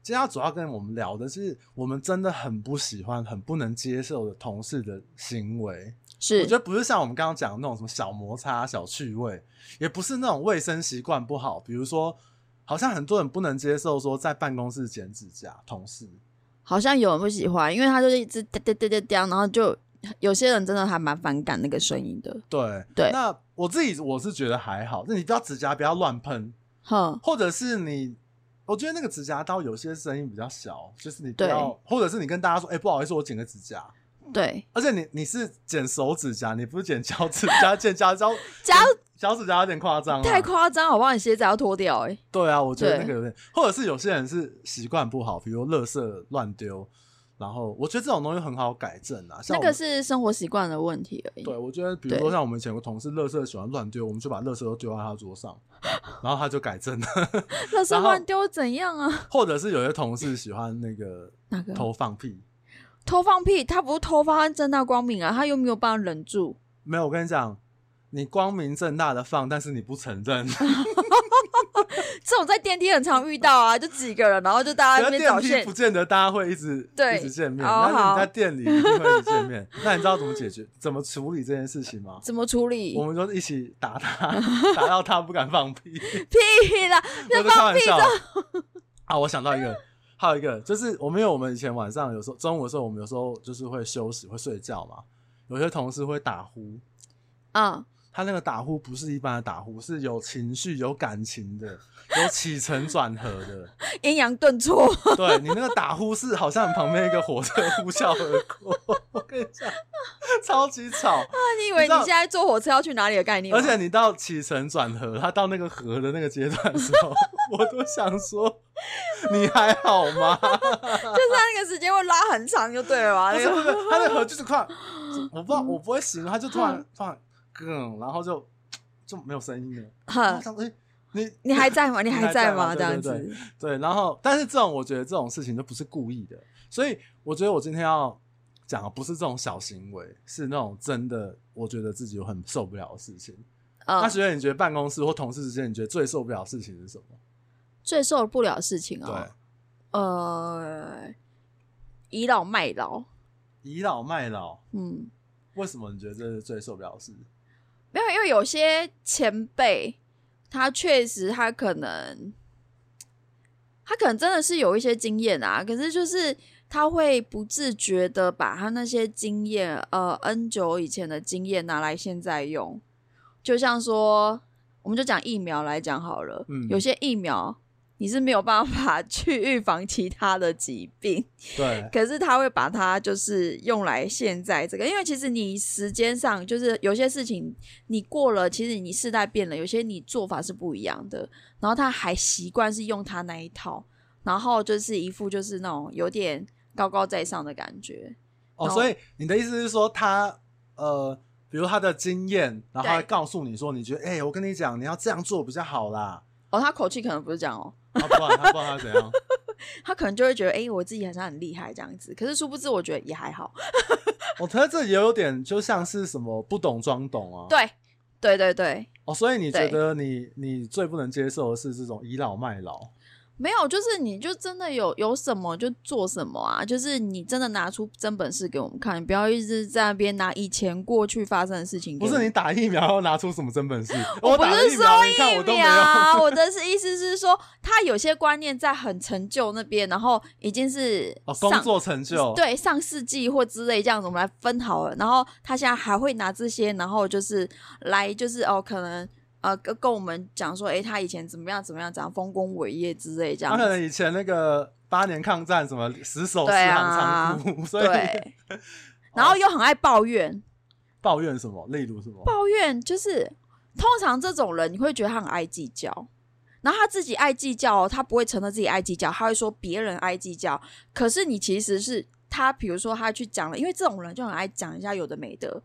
[SPEAKER 1] 今天要主要跟我们聊的是，我们真的很不喜欢、很不能接受的同事的行为。
[SPEAKER 2] 是，
[SPEAKER 1] 我觉得不是像我们刚刚讲的那种什么小摩擦、小趣味，也不是那种卫生习惯不好，比如说，好像很多人不能接受说在办公室剪指甲，同事
[SPEAKER 2] 好像有人不喜欢，因为他就是一直哒哒哒哒哒，然后就有些人真的还蛮反感那个声音的，
[SPEAKER 1] 对
[SPEAKER 2] 对
[SPEAKER 1] 那我自己我是觉得还好，那你不要指甲不要乱喷，
[SPEAKER 2] 哼，
[SPEAKER 1] 或者是你，我觉得那个指甲刀有些声音比较小，就是你不
[SPEAKER 2] 对
[SPEAKER 1] 要，或者是你跟大家说，哎、不好意思，我剪个指甲，
[SPEAKER 2] 对，
[SPEAKER 1] 而且你你是剪手指甲，你不是剪脚指甲，剪脚
[SPEAKER 2] (laughs)
[SPEAKER 1] 趾甲
[SPEAKER 2] 脚
[SPEAKER 1] 脚指甲有点夸张啊，
[SPEAKER 2] 太夸张，好不好？你鞋子要脱掉、欸，哎，
[SPEAKER 1] 对啊，我觉得
[SPEAKER 2] 对
[SPEAKER 1] 那个有点，或者是有些人是习惯不好，比如垃圾乱丢，然后我觉得这种东西很好改正啊，像
[SPEAKER 2] 那
[SPEAKER 1] 我
[SPEAKER 2] 个
[SPEAKER 1] 们。
[SPEAKER 2] 是生活习惯的问题而已。
[SPEAKER 1] 对，我觉得比如说
[SPEAKER 2] 对
[SPEAKER 1] 像我们以前有个同事，垃圾喜欢乱丢，我们就把垃圾都丢在他桌上，然后他就改正了。 (laughs)
[SPEAKER 2] 垃圾乱丢怎样啊？
[SPEAKER 1] 或者是有些同事喜欢那个
[SPEAKER 2] 哪个
[SPEAKER 1] 偷放屁，
[SPEAKER 2] 偷放屁？他不是偷放，他正大光明啊，他又没有办法忍住。
[SPEAKER 1] 没有，我跟你讲，你光明正大的放，但是你不承认，
[SPEAKER 2] (laughs) 这种在电梯很常遇到啊，就几个人，然后就大家
[SPEAKER 1] 在
[SPEAKER 2] 在那边找
[SPEAKER 1] 电梯
[SPEAKER 2] 线
[SPEAKER 1] 不，见得大家会一直
[SPEAKER 2] 对
[SPEAKER 1] 一直见面，
[SPEAKER 2] 哦
[SPEAKER 1] 但是你
[SPEAKER 2] 好
[SPEAKER 1] 在店里一定会一直见
[SPEAKER 2] (laughs)
[SPEAKER 1] 面。那你知道怎么解决、怎么处理这件事情吗？
[SPEAKER 2] 怎么处理
[SPEAKER 1] 我？们就一起打
[SPEAKER 2] (laughs)
[SPEAKER 1] 他，打到他不敢放屁。
[SPEAKER 2] 屁啦！
[SPEAKER 1] 我在开玩 (laughs) 笑啊！我想到一个，还有一个就是我们有我们以前晚上有时候中午的时候，我们有时候就是会休息会睡觉嘛，有些同事会打呼。
[SPEAKER 2] 啊、
[SPEAKER 1] 他那个打呼不是一般的打呼，是有情绪、有感情的， (laughs) 有起承转合的。
[SPEAKER 2] 阴阳顿挫， (laughs)
[SPEAKER 1] 对你那个打呼是好像旁边一个火车呼啸而过， (laughs) 我跟你讲，超级吵。
[SPEAKER 2] 你以为
[SPEAKER 1] 你知
[SPEAKER 2] 你
[SPEAKER 1] 道
[SPEAKER 2] 现在坐火车要去哪里的概念吗？
[SPEAKER 1] 而且你到起承转合，他到那个合的那个阶段的时候，我都想说，你还好吗？
[SPEAKER 2] 就是他那个时间会拉很长，就对了吧？
[SPEAKER 1] 不
[SPEAKER 2] 那
[SPEAKER 1] 是不 (laughs)
[SPEAKER 2] 个
[SPEAKER 1] 是，他的合就是快，我不知道，我不会形容，他就突然突然梗，然后就就没有声音了。我
[SPEAKER 2] 哼，
[SPEAKER 1] 想说，哎、你
[SPEAKER 2] 你还在吗？你
[SPEAKER 1] 还
[SPEAKER 2] 还
[SPEAKER 1] 在
[SPEAKER 2] 在
[SPEAKER 1] 吗
[SPEAKER 2] 吗？
[SPEAKER 1] 对
[SPEAKER 2] 这
[SPEAKER 1] 对
[SPEAKER 2] 样
[SPEAKER 1] 对
[SPEAKER 2] 子，
[SPEAKER 1] 对，然后但是这种我觉得这种事情就不是故意的，所以我觉得我今天要讲的不是这种小行为，是那种真的我觉得自己很受不了的事情。那
[SPEAKER 2] 嗯，
[SPEAKER 1] 学姐，你觉得办公室或同事之间，你觉得最受不了的事情是什么？
[SPEAKER 2] 最受不了的事情
[SPEAKER 1] 对
[SPEAKER 2] 哦，，呃，倚老卖老，
[SPEAKER 1] 倚老卖老，
[SPEAKER 2] 嗯，
[SPEAKER 1] 为什么你觉得这是最受不了的事？
[SPEAKER 2] 没有，因为有些前辈，他确实他可能，他可能真的是有一些经验啊，可是就是他会不自觉的把他那些经验，呃，N 久以前的经验拿来现在用，就像说，我们就讲疫苗来讲好了，
[SPEAKER 1] 嗯
[SPEAKER 2] 有些疫苗。你是没有办法去预防其他的疾病， (laughs)
[SPEAKER 1] 对，
[SPEAKER 2] 可是他会把它就是用来现在这个，因为其实你时间上就是有些事情你过了，其实你世代变了，有些你做法是不一样的。然后他还习惯是用他那一套，然后就是一副就是那种有点高高在上的感觉。
[SPEAKER 1] 哦，
[SPEAKER 2] 然后
[SPEAKER 1] 所以你的意思是说他呃，比如他的经验，然后
[SPEAKER 2] 对
[SPEAKER 1] 他告诉你说，你觉得，哎、我跟你讲，你要这样做比较好啦。
[SPEAKER 2] 哦，他口气可能不是这样哦，
[SPEAKER 1] 啊，不然他不知道他怎样，
[SPEAKER 2] 他可能就会觉得，哎、我自己好像很厉害这样子。可是殊不知，我觉得也还好。
[SPEAKER 1] 我觉得这也有点就像是什么不懂装懂啊。
[SPEAKER 2] 对，对对对，
[SPEAKER 1] 哦，所以你觉
[SPEAKER 2] 对
[SPEAKER 1] 得你你最不能接受的是这种倚老卖老？
[SPEAKER 2] 没有，就是你就真的有有什么就做什么啊！就是你真的拿出真本事给我们看，你不要一直在那边拿以前过去发生的事情给
[SPEAKER 1] 不
[SPEAKER 2] 我们。
[SPEAKER 1] 是你打疫苗要拿出什么真本事？
[SPEAKER 2] 我不
[SPEAKER 1] 打了疫
[SPEAKER 2] 是说
[SPEAKER 1] 苗，你看我都没有。 (laughs)
[SPEAKER 2] 苗，我的是意思是说，他有些观念在很陈旧那边，然后已经是
[SPEAKER 1] 哦，
[SPEAKER 2] 上、
[SPEAKER 1] 工作成就，
[SPEAKER 2] 对上世纪或之类这样子，我们来分好了。然后他现在还会拿这些，然后就是来就是哦，可能呃跟跟我们讲说，诶，他以前怎么样怎么样，怎样丰功伟业之类这
[SPEAKER 1] 他
[SPEAKER 2] 样
[SPEAKER 1] 可
[SPEAKER 2] 子。
[SPEAKER 1] 能以前那个八年抗战什么死守四
[SPEAKER 2] 对
[SPEAKER 1] 行
[SPEAKER 2] 啊
[SPEAKER 1] 仓库，所以
[SPEAKER 2] 对， (laughs) 然后又很爱抱怨，
[SPEAKER 1] (laughs) 抱怨什么？例如什么？
[SPEAKER 2] 抱怨就是通常这种人，你会觉得他很爱计较，然后他自己爱计较、哦，他不会承认自己爱计较，他会说别人爱计较。可是你其实是他，比如说他去讲了，因为这种人就很爱讲一下有的没的，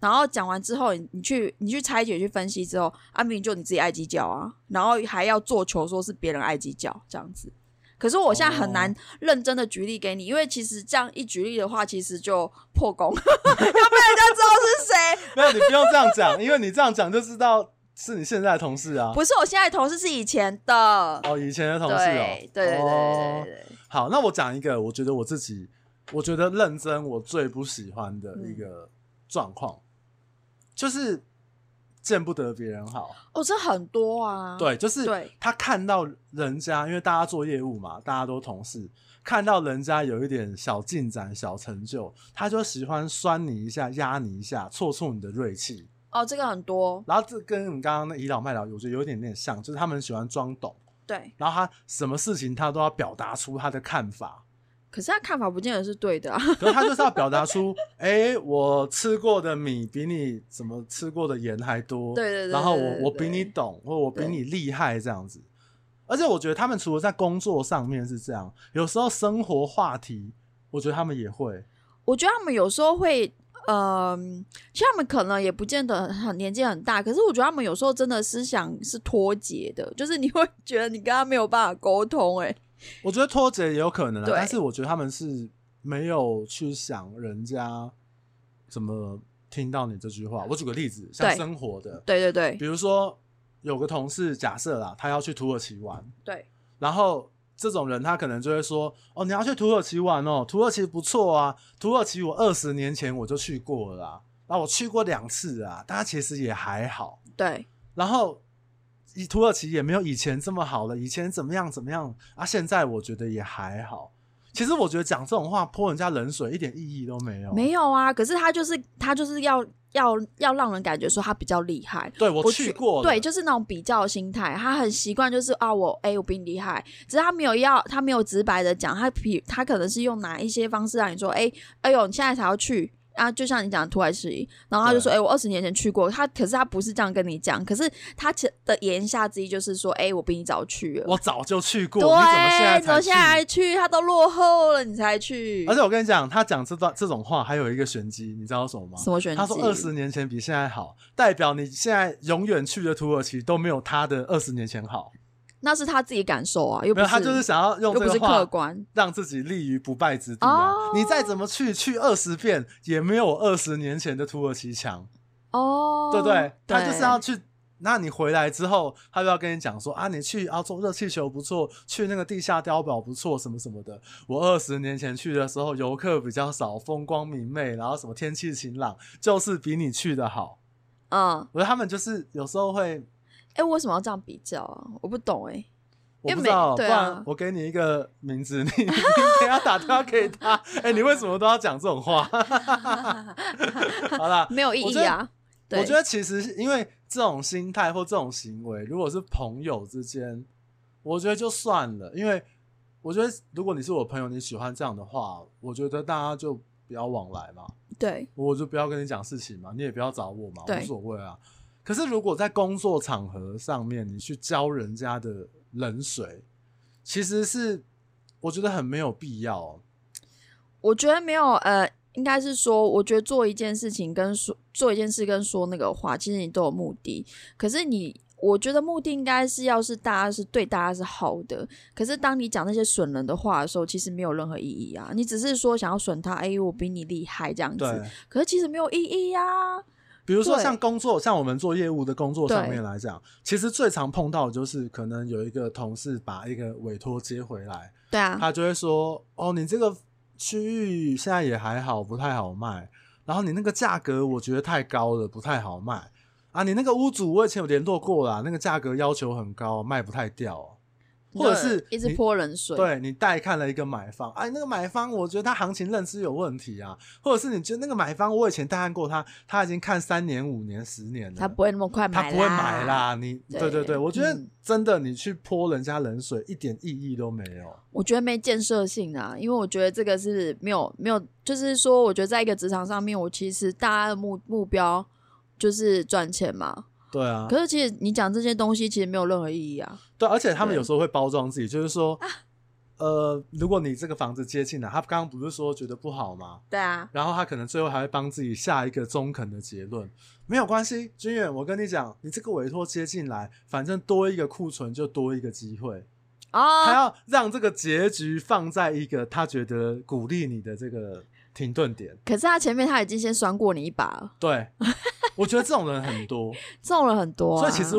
[SPEAKER 2] 然后讲完之后，你你去你去拆解去分析之后，啊，明明就你自己爱鸡叫啊，然后还要做球说是别人爱鸡叫这样子。可是我现在很难认真的举例给你，因为其实这样一举例的话，其实就破功， (laughs) 要被人家知道是谁。
[SPEAKER 1] 没有，你不用这样讲，因为你这样讲就知道是你现在的同事啊。
[SPEAKER 2] 不是我现在的同事是以前的，
[SPEAKER 1] 哦，以前的同事哦
[SPEAKER 2] 对，对对对对
[SPEAKER 1] 哦
[SPEAKER 2] 对对，
[SPEAKER 1] 好，那我讲一个，我觉得我自己，我觉得认真我最不喜欢的一个状况，就是见不得别人好。
[SPEAKER 2] 哦，这很多啊，
[SPEAKER 1] 对，就是
[SPEAKER 2] 对
[SPEAKER 1] 他看到人家，因为大家做业务嘛，大家都同事，看到人家有一点小进展、小成就，他就喜欢酸你一下、压你一下，挫挫你的锐气。
[SPEAKER 2] 哦，这个很多，
[SPEAKER 1] 然后这跟我们刚刚那倚老卖老，我觉得有一点点像，就是他们喜欢装懂，
[SPEAKER 2] 对。
[SPEAKER 1] 然后他什么事情他都要表达出他的看法。
[SPEAKER 2] 可是他看法不见得是对的啊， (laughs)
[SPEAKER 1] 可是他就是要表达出， (laughs) 哎、我吃过的米比你怎么吃过的盐还多，
[SPEAKER 2] 对对对对
[SPEAKER 1] 然后我
[SPEAKER 2] 对
[SPEAKER 1] 我比你懂，或我比
[SPEAKER 2] 对
[SPEAKER 1] 你厉害这样子。而且我觉得他们除了在工作上面是这样，有时候生活话题，我觉得他们也会。
[SPEAKER 2] 我觉得他们有时候会，嗯，其实他们可能也不见得很年纪很大，可是我觉得他们有时候真的思想是脱节的，就是你会觉得你跟他没有办法沟通、欸，哎，
[SPEAKER 1] 我觉得脱节也有可能啊，
[SPEAKER 2] 对
[SPEAKER 1] 但是我觉得他们是没有去想人家怎么听到你这句话。我举个例子，像
[SPEAKER 2] 对
[SPEAKER 1] 生活的，
[SPEAKER 2] 对对对
[SPEAKER 1] 比如说有个同事，假设啦，他要去土耳其玩，
[SPEAKER 2] 对，
[SPEAKER 1] 然后这种人他可能就会说：“哦，你要去土耳其玩哦，土耳其不错啊，土耳其我二十年前我就去过了啊，然后我去过两次啊，但它其实也还好。
[SPEAKER 2] 对
[SPEAKER 1] 然后以土耳其也没有以前这么好了，以前怎么样怎么样啊，现在我觉得也还好。其实我觉得讲这种话泼人家冷水一点意义都没有，
[SPEAKER 2] 没有啊，可是他就是他就是要要要让人感觉说他比较厉害。
[SPEAKER 1] 对我
[SPEAKER 2] 我
[SPEAKER 1] 去
[SPEAKER 2] 觉
[SPEAKER 1] 过了，
[SPEAKER 2] 对，就是那种比较心态，他很习惯，就是啊，我哎、我比你厉害，只是他没有要，他没有直白的讲，他比他可能是用哪一些方式让你说，哎、哎呦，你现在才要去啊，就像你讲的土耳其，然后他就说，哎、我二十年前去过，他可是他不是这样跟你讲，可是他其的言下之意就是说，哎、我比你早去了，
[SPEAKER 1] 我早就去过，
[SPEAKER 2] 对，
[SPEAKER 1] 你怎么现在
[SPEAKER 2] 你怎
[SPEAKER 1] 才
[SPEAKER 2] 么
[SPEAKER 1] 去？
[SPEAKER 2] 现在还去？他都落后了，你才去，
[SPEAKER 1] 而且我跟你讲，他讲这段这种话还有一个玄机，你知道什么吗？
[SPEAKER 2] 什么选
[SPEAKER 1] 他说二十年前比现在好，代表你现在永远去的土耳其都没有他的二十年前好。
[SPEAKER 2] 那是他自己感受啊，又
[SPEAKER 1] 没
[SPEAKER 2] 不
[SPEAKER 1] 有，
[SPEAKER 2] 是
[SPEAKER 1] 他就是想要用
[SPEAKER 2] 又
[SPEAKER 1] 这
[SPEAKER 2] 不是
[SPEAKER 1] 个
[SPEAKER 2] 客
[SPEAKER 1] 话
[SPEAKER 2] 观，
[SPEAKER 1] 让自己立于不败之地啊！
[SPEAKER 2] 哦
[SPEAKER 1] 你再怎么去，去二十遍也没有二十年前的土耳其强，
[SPEAKER 2] 哦，
[SPEAKER 1] 对不对？他就是要去。那你回来之后，他就要跟你讲说啊，你去澳洲热气球不错，去那个地下碉堡不错，什么什么的。我二十年前去的时候，游客比较少，风光明媚，然后什么天气晴朗，就是比你去的好。
[SPEAKER 2] 嗯。
[SPEAKER 1] 我觉得他们就是有时候会，
[SPEAKER 2] 哎、为什么要这样比较啊？我不懂哎、
[SPEAKER 1] 我
[SPEAKER 2] 因
[SPEAKER 1] 不
[SPEAKER 2] 为
[SPEAKER 1] 知道，
[SPEAKER 2] 每
[SPEAKER 1] 不
[SPEAKER 2] 对啊
[SPEAKER 1] 然我给你一个名字，你 (laughs) 你等一下打电话给
[SPEAKER 2] (laughs)
[SPEAKER 1] 他。哎、你为什么都要讲这种话？ (laughs) 好啦，
[SPEAKER 2] 没有意
[SPEAKER 1] 我
[SPEAKER 2] 义
[SPEAKER 1] 觉得
[SPEAKER 2] 啊。对，
[SPEAKER 1] 我觉得其实是因为这种心态或这种行为，如果是朋友之间，我觉得就算了，因为我觉得如果你是我朋友，你喜欢这样的话，我觉得大家就不要往来嘛。
[SPEAKER 2] 对
[SPEAKER 1] 我就不要跟你讲事情嘛，你也不要找我嘛，
[SPEAKER 2] 对
[SPEAKER 1] 无所谓啊。可是如果在工作场合上面，你去浇人家的冷水，其实是我觉得很没有必要哦、
[SPEAKER 2] 我觉得没有呃，应该是说，我觉得做一件事情跟说做一件事跟说那个话，其实你都有目的。可是你，我觉得目的应该是要是大家是对大家是好的。可是当你讲那些损人的话的时候，其实没有任何意义啊。你只是说想要损他，哎、我比你厉害这样子
[SPEAKER 1] 对，，
[SPEAKER 2] 可是其实没有意义啊。
[SPEAKER 1] 比如说
[SPEAKER 2] 对
[SPEAKER 1] 像工作，像我们做业务的工作上面
[SPEAKER 2] 对
[SPEAKER 1] 来讲，其实最常碰到的就是可能有一个同事把一个委托接回来，
[SPEAKER 2] 对啊，
[SPEAKER 1] 他就会说：“哦，你这个区域现在也还好，不太好卖。然后你那个价格，我觉得太高了，不太好卖。啊，你那个屋主我以前有联络过啦，那个价格要求很高，卖不太掉哦、或者是
[SPEAKER 2] 一直
[SPEAKER 1] 你
[SPEAKER 2] 泼冷水，
[SPEAKER 1] 对你带看了一个买方，哎，那个买方我觉得他行情认知有问题啊，或者是你觉得那个买方我以前带看过他，他已经看三年、五年、十年了，
[SPEAKER 2] 他不会那么快
[SPEAKER 1] 他
[SPEAKER 2] 买啦，
[SPEAKER 1] 不会买啦。你
[SPEAKER 2] 对
[SPEAKER 1] 对对对，我觉得
[SPEAKER 2] 嗯
[SPEAKER 1] 真的你去泼人家冷水一点意义都没有。
[SPEAKER 2] 我觉得没建设性啊，因为我觉得这个是没有没有，就是说，我觉得在一个职场上面，我其实大家的目目标就是赚钱嘛。
[SPEAKER 1] 对啊，
[SPEAKER 2] 可是其实你讲这些东西，其实没有任何意义啊。
[SPEAKER 1] 对，而且他们
[SPEAKER 2] 对
[SPEAKER 1] 有时候会包装自己，就是说，呃，如果你这个房子接近了，他刚刚不是说觉得不好吗？
[SPEAKER 2] 对啊，
[SPEAKER 1] 然后他可能最后还会帮自己下一个中肯的结论，没有关系，君远，我跟你讲，你这个委托接进来，反正多一个库存就多一个机会，他
[SPEAKER 2] 哦，
[SPEAKER 1] 要让这个结局放在一个他觉得鼓励你的这个停顿点。
[SPEAKER 2] 可是他前面他已经先酸过你一把了，
[SPEAKER 1] 对，我觉得这种人很多，
[SPEAKER 2] 中了很多
[SPEAKER 1] 所
[SPEAKER 2] 啊、
[SPEAKER 1] 以其实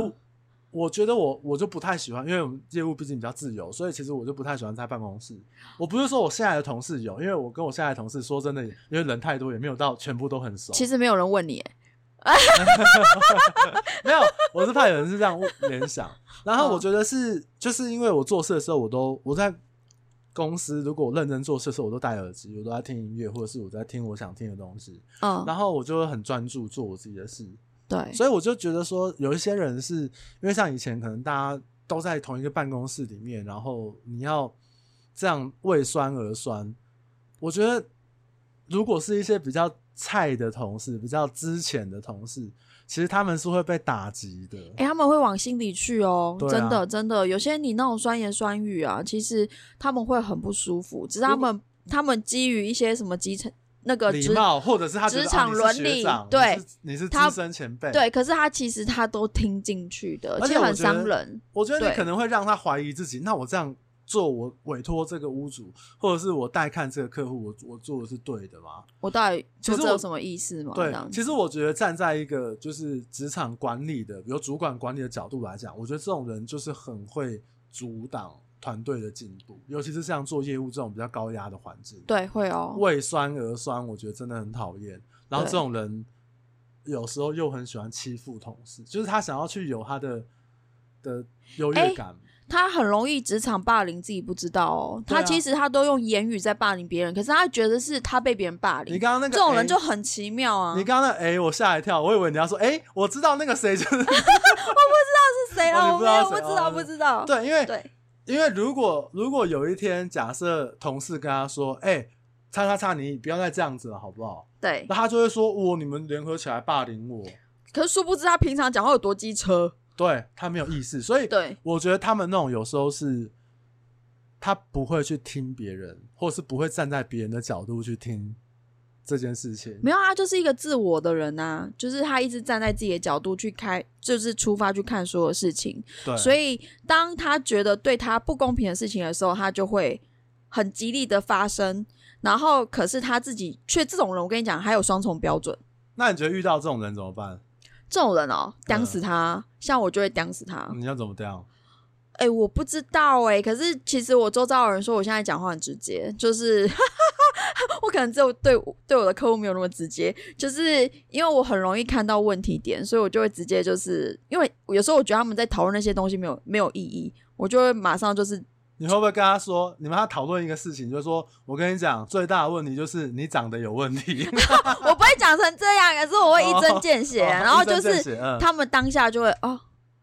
[SPEAKER 1] 我觉得我我就不太喜欢，因为我们业务毕竟比较自由，所以其实我就不太喜欢在办公室。我不是说我现在的同事有，因为我跟我现在的同事说真的，因为人太多，也没有到全部都很熟。
[SPEAKER 2] 其实没有人问你欸，
[SPEAKER 1] 没有，我是怕有人是这样 (laughs) 联想。然
[SPEAKER 2] 嗯
[SPEAKER 1] 后我觉得是，就是因为我做事的时候，我都我在公司，如果我认真做事的时候，我都戴耳机，我都在听音乐，或者是我在听我想听的东西，
[SPEAKER 2] 嗯，
[SPEAKER 1] 然后我就会很专注做我自己的事。
[SPEAKER 2] 对，
[SPEAKER 1] 所以我就觉得说，有一些人是因为像以前可能大家都在同一个办公室里面，然后你要这样为酸而酸，我觉得如果是一些比较菜的同事、比较之前的同事，其实他们是会被打击的。
[SPEAKER 2] 哎、他们会往心里去哦，
[SPEAKER 1] 对啊
[SPEAKER 2] 真的真的，有些你那种酸言酸语啊，其实他们会很不舒服，只是他们他们基于一些什么基层那个
[SPEAKER 1] 礼
[SPEAKER 2] 职
[SPEAKER 1] 貌，或者是他觉得
[SPEAKER 2] 职场
[SPEAKER 1] 啊你是
[SPEAKER 2] 伦
[SPEAKER 1] 学
[SPEAKER 2] 理
[SPEAKER 1] 长
[SPEAKER 2] 对
[SPEAKER 1] 你是你是
[SPEAKER 2] 他
[SPEAKER 1] 资深前辈，
[SPEAKER 2] 对，可是他其实他都听进去的，
[SPEAKER 1] 哎而且
[SPEAKER 2] 其实
[SPEAKER 1] 我
[SPEAKER 2] 很
[SPEAKER 1] 觉得
[SPEAKER 2] 伤人。
[SPEAKER 1] 我觉得你
[SPEAKER 2] 对
[SPEAKER 1] 可能会让他怀疑自己，那我这样做，我委托这个屋主，或者是我代看这个客户，我我做的是对的吗？
[SPEAKER 2] 我到底
[SPEAKER 1] 其实
[SPEAKER 2] 做这
[SPEAKER 1] 我
[SPEAKER 2] 有什么意思吗？这
[SPEAKER 1] 对
[SPEAKER 2] 样，
[SPEAKER 1] 其实我觉得站在一个就是职场管理的，比如主管管理的角度来讲，我觉得这种人就是很会阻挡团队的进步，尤其是像做业务这种比较高压的环境，
[SPEAKER 2] 对会哦，
[SPEAKER 1] 为酸而酸，我觉得真的很讨厌。然后这
[SPEAKER 2] 对
[SPEAKER 1] 种人有时候又很喜欢欺负同事，就是他想要去有他的的优越
[SPEAKER 2] 哎
[SPEAKER 1] 感。
[SPEAKER 2] 他很容易职场霸凌，自己不知道哦。
[SPEAKER 1] 对啊
[SPEAKER 2] 他其实他都用言语在霸凌别人，可是他觉得是他被别人霸凌
[SPEAKER 1] 你，刚刚那个
[SPEAKER 2] 这种
[SPEAKER 1] A，
[SPEAKER 2] 人就很奇妙啊。
[SPEAKER 1] 你刚刚那哎、我吓一跳，我以为你要说哎、我知道那个谁就是
[SPEAKER 2] 是谁
[SPEAKER 1] 哦
[SPEAKER 2] 啊？
[SPEAKER 1] 你
[SPEAKER 2] 我
[SPEAKER 1] 不知
[SPEAKER 2] 没
[SPEAKER 1] 道
[SPEAKER 2] 有，不
[SPEAKER 1] 谁
[SPEAKER 2] 知道，
[SPEAKER 1] 哦
[SPEAKER 2] 不知道。
[SPEAKER 1] 对，因为
[SPEAKER 2] 对
[SPEAKER 1] 因为如果如果有一天，假设同事跟他说：“哎、叉叉叉，你不要再这样子了，好不好
[SPEAKER 2] 对？”
[SPEAKER 1] 那，他就会说：“哦我你们联合起来霸凌我。
[SPEAKER 2] 可是殊不知他平常讲话有多机车。
[SPEAKER 1] 对”他没有意识，所以
[SPEAKER 2] 对
[SPEAKER 1] 我觉得他们那种有时候是，他不会去听别人，或是不会站在别人的角度去听这件事情。
[SPEAKER 2] 没有啊，他就是一个自我的人呐、就是他一直站在自己的角度去开，就是出发去看所有事情。
[SPEAKER 1] 对，
[SPEAKER 2] 所以当他觉得对他不公平的事情的时候，他就会很极力的发声。然后，可是他自己却这种人，我跟你讲，还有双重标准。
[SPEAKER 1] 那你觉得遇到这种人怎么办？
[SPEAKER 2] 这种人哦，
[SPEAKER 1] 嗯
[SPEAKER 2] 屌死他！像我就会屌死他。
[SPEAKER 1] 你要怎么这样？
[SPEAKER 2] 哎、我不知道哎、可是其实我周遭的人说我现在讲话很直接，就是 (laughs) 我可能只有对我对我的客户没有那么直接，就是因为我很容易看到问题点，所以我就会直接就是因为有时候我觉得他们在讨论那些东西没有没有意义，我就会马上就是
[SPEAKER 1] 你会不会跟他说，你们要讨论一个事情，就是说我跟你讲，最大的问题就是你长得有问题。 (laughs)
[SPEAKER 2] 我不会讲成这样，可是我会一针见血，
[SPEAKER 1] 哦 (laughs)
[SPEAKER 2] 然后就
[SPEAKER 1] 一针见
[SPEAKER 2] 是
[SPEAKER 1] 血嗯
[SPEAKER 2] 他们当下就会哦，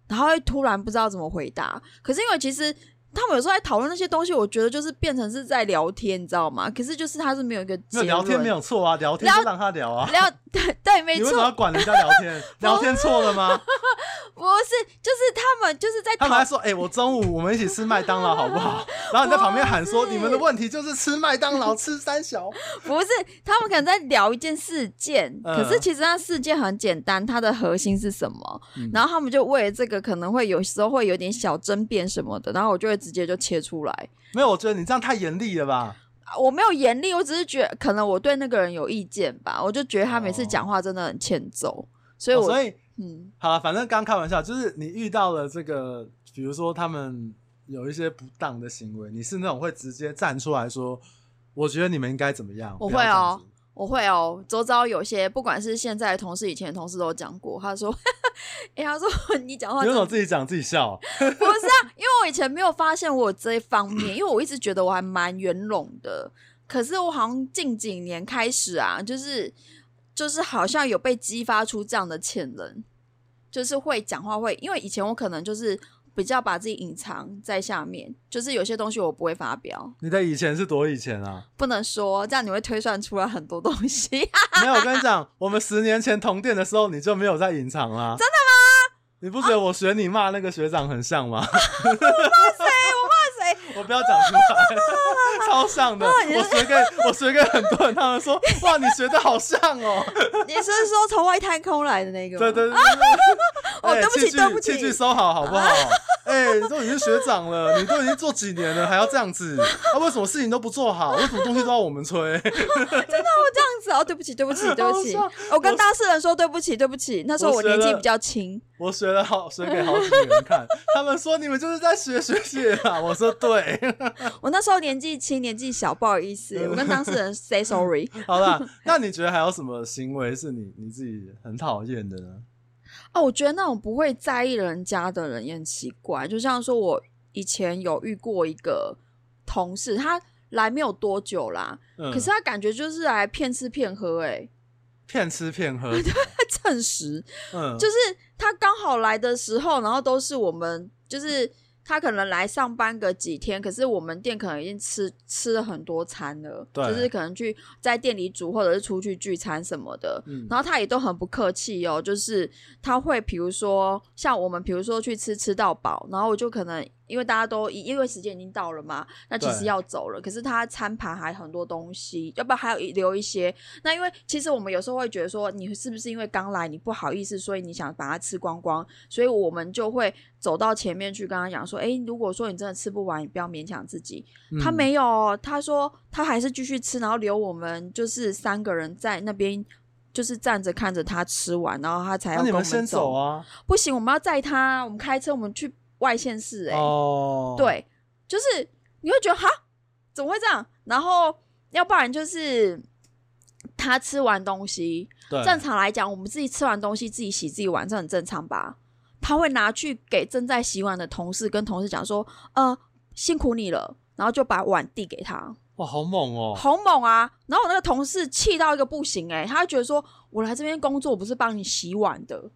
[SPEAKER 2] 然后会突然不知道怎么回答。可是因为其实他们有时候在讨论那些东西，我觉得就是变成是在聊天，你知道吗？可是就是他是没有一个
[SPEAKER 1] 没
[SPEAKER 2] 结
[SPEAKER 1] 有
[SPEAKER 2] 论，
[SPEAKER 1] 聊天没有错啊，聊天就让他聊啊。
[SPEAKER 2] 聊 (laughs) 对对，没
[SPEAKER 1] 你为什么要
[SPEAKER 2] 错，
[SPEAKER 1] 管人家聊天？
[SPEAKER 2] (laughs)
[SPEAKER 1] 聊天错了吗？
[SPEAKER 2] 不是就是他们就是在
[SPEAKER 1] 他们
[SPEAKER 2] 讨
[SPEAKER 1] 还说：“哎、我中午我们一起吃麦当劳好不
[SPEAKER 2] (laughs)
[SPEAKER 1] 好？”然后你在旁边喊说：“
[SPEAKER 2] 不是
[SPEAKER 1] 你们的问题就是吃麦当劳，吃三小。
[SPEAKER 2] 不是他们可能在聊一件事件，
[SPEAKER 1] 嗯
[SPEAKER 2] 可是其实那事件很简单，它的核心是什么？
[SPEAKER 1] 嗯
[SPEAKER 2] 然后他们就为了这个可能会有时候会有点小争辩什么的，然后我就会直接就切出来。”
[SPEAKER 1] 没有，我觉得你这样太严厉了吧？
[SPEAKER 2] 我没有严厉，我只是觉得可能我对那个人有意见吧，我就觉得他每次讲话真的很欠揍，所以
[SPEAKER 1] 哦
[SPEAKER 2] 我、
[SPEAKER 1] 所以
[SPEAKER 2] 嗯，
[SPEAKER 1] 好了，反正刚开玩笑，就是你遇到了这个，比如说他们有一些不当的行为，你是那种会直接站出来说：“我觉得你们应该怎么样？”
[SPEAKER 2] 我
[SPEAKER 1] 不要这样子
[SPEAKER 2] 会。哦我会哦，周遭有些不管是现在的同事、以前的同事都有讲过，他说， (laughs) 哎、他说 (laughs) 你讲话
[SPEAKER 1] 你为
[SPEAKER 2] 真
[SPEAKER 1] 什么
[SPEAKER 2] 的
[SPEAKER 1] 自己讲自己笑？
[SPEAKER 2] 不是啊，因为我以前没有发现我有这一
[SPEAKER 1] (clears throat)
[SPEAKER 2] 方面，因为我一直觉得我还蛮圆融的，可是我好像近几年开始啊，就是就是好像有被激发出这样的潜能，就是会讲话会，因为以前我可能就是比较把自己隐藏在下面，就是有些东西我不会发表，
[SPEAKER 1] 你的以前是多以前啊？
[SPEAKER 2] 不能说，这样你会推算出来很多东
[SPEAKER 1] (laughs)
[SPEAKER 2] 西。
[SPEAKER 1] 没有，我跟你讲，我们十年前同店的时候，你就没有在隐藏啦。真的吗？你不觉得我学你骂那个学长很像吗？
[SPEAKER 2] 谁？我骂谁？
[SPEAKER 1] (laughs)
[SPEAKER 2] 哦
[SPEAKER 1] 我我不要讲出来，超像
[SPEAKER 2] (laughs)
[SPEAKER 1] 的。我学给我学给很多人，他们说哇，你学的好像哦。
[SPEAKER 2] 你是说从外太空来的那个吗？
[SPEAKER 1] 对对对，
[SPEAKER 2] (laughs) 哦
[SPEAKER 1] 哎
[SPEAKER 2] 对不起
[SPEAKER 1] 器具
[SPEAKER 2] 对不起
[SPEAKER 1] 器具收好好不好？哎，你都已经学长了，你都已经做几年了，还要这样子？啊，为什么事情都不做好？为什么东西都要我们催？
[SPEAKER 2] 这样子哦，对不起，对不起，对不起
[SPEAKER 1] 好，
[SPEAKER 2] 我跟当事人说对不起，对不起，那时候
[SPEAKER 1] 我
[SPEAKER 2] 我年纪
[SPEAKER 1] 觉得
[SPEAKER 2] 比较轻，
[SPEAKER 1] 我学了好，学给好几个人看， (laughs) 他们说你们就是在学学姐啦。 (laughs) 我说对，
[SPEAKER 2] 我那时候年纪轻，年纪小，不好意思，我跟当事人 say sorry。
[SPEAKER 1] 好啦，那你觉得还有什么行为是你你自己很讨厌的呢？
[SPEAKER 2] 哦，我觉得那种不会在意人家的人也很奇怪。就像说，我以前有遇过一个同事，他来没有多久啦，
[SPEAKER 1] 嗯，
[SPEAKER 2] 可是他感觉就是来骗吃骗喝、欸，
[SPEAKER 1] 骗吃骗
[SPEAKER 2] (laughs)
[SPEAKER 1] 喝，
[SPEAKER 2] 他蹭食，
[SPEAKER 1] 嗯，
[SPEAKER 2] 就是他刚好来的时候，然后都是我们
[SPEAKER 1] 嗯
[SPEAKER 2] 就是。他可能来上班个几天，可是我们店可能已经吃吃了很多餐了，
[SPEAKER 1] 对
[SPEAKER 2] 就是可能去在店里煮或者是出去聚餐什么的。
[SPEAKER 1] 嗯
[SPEAKER 2] 然后他也都很不客气哦，就是他会比如说像我们，比如说去吃吃到饱，然后我就可能因为大家都因为时间已经到了嘛，那其实
[SPEAKER 1] 对
[SPEAKER 2] 要走了，可是他餐盘还很多东西，要不然还有一留一些。那因为其实我们有时候会觉得说，你是不是因为刚来你不好意思，所以你想把它吃光光，所以我们就会走到前面去跟他讲说，诶，如果说你真的吃不完，你不要勉强自己，他
[SPEAKER 1] 嗯
[SPEAKER 2] 没有哦，他说他还是继续吃，然后留我们就是三个人在那边就是站着看着他吃完，然后他才要
[SPEAKER 1] 那
[SPEAKER 2] 跟
[SPEAKER 1] 你
[SPEAKER 2] 我
[SPEAKER 1] 们
[SPEAKER 2] 们
[SPEAKER 1] 先走啊！
[SPEAKER 2] 不行，我们要载他，我们开车，我们去外县市、欸，哎、
[SPEAKER 1] 哦，，
[SPEAKER 2] 对，就是你会觉得哈，怎么会这样？然后要不然就是他吃完东西，
[SPEAKER 1] 对，
[SPEAKER 2] 正常来讲，我们自己吃完东西自己洗自己碗，这很正常吧？他会拿去给正在洗碗的同事，跟同事讲说：“呃，辛苦你了。”然后就把碗递给他，
[SPEAKER 1] 哇，好猛哦！
[SPEAKER 2] 好猛啊！然后我那个同事气到一个不行、欸，哎，他就觉得说：“我来这边工作，我不是帮你洗碗的。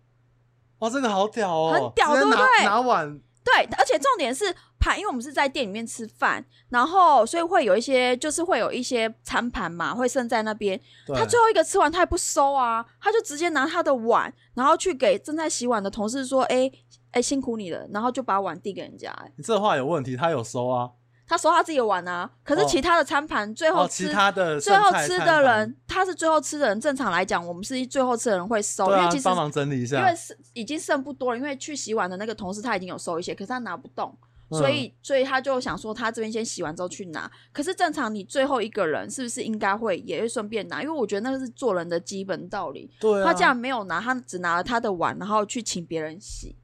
[SPEAKER 1] 哇，这个好屌哦，
[SPEAKER 2] 很屌
[SPEAKER 1] 直接拿
[SPEAKER 2] 对不对
[SPEAKER 1] 拿碗，”
[SPEAKER 2] 对，而且重点是盘，因为我们是在店里面吃饭，然后所以会有一些，就是会有一些餐盘嘛，会剩在那边。
[SPEAKER 1] 对
[SPEAKER 2] 他最后一个吃完，他也不收啊，他就直接拿他的碗，然后去给正在洗碗的同事说：“哎、哎、辛苦你了。”然后就把碗递给人家、哎
[SPEAKER 1] 你这话有问题，他有收啊。
[SPEAKER 2] 他收他自己的碗啊，可是
[SPEAKER 1] 哦
[SPEAKER 2] 其他的餐盘最后
[SPEAKER 1] 哦，
[SPEAKER 2] 吃、
[SPEAKER 1] 其他的
[SPEAKER 2] 最后
[SPEAKER 1] 剩菜
[SPEAKER 2] 吃
[SPEAKER 1] 餐
[SPEAKER 2] 的
[SPEAKER 1] 盘
[SPEAKER 2] 人，他是最后吃的人。正常来讲，我们是最后吃的人会收，
[SPEAKER 1] 对
[SPEAKER 2] 因
[SPEAKER 1] 啊
[SPEAKER 2] 为其，实
[SPEAKER 1] 帮忙整理一下，
[SPEAKER 2] 因为是已经剩不多了，因为去洗碗的那个同事他已经有收一些，可是他拿不动，
[SPEAKER 1] 嗯
[SPEAKER 2] 所以、所以他就想说他这边先洗完之后去拿。可是正常你最后一个人是不是应该会也会顺便拿？因为我觉得那是做人的基本道理。
[SPEAKER 1] 对啊，
[SPEAKER 2] 他竟然没有拿，他只拿了他的碗，然后去请别人洗。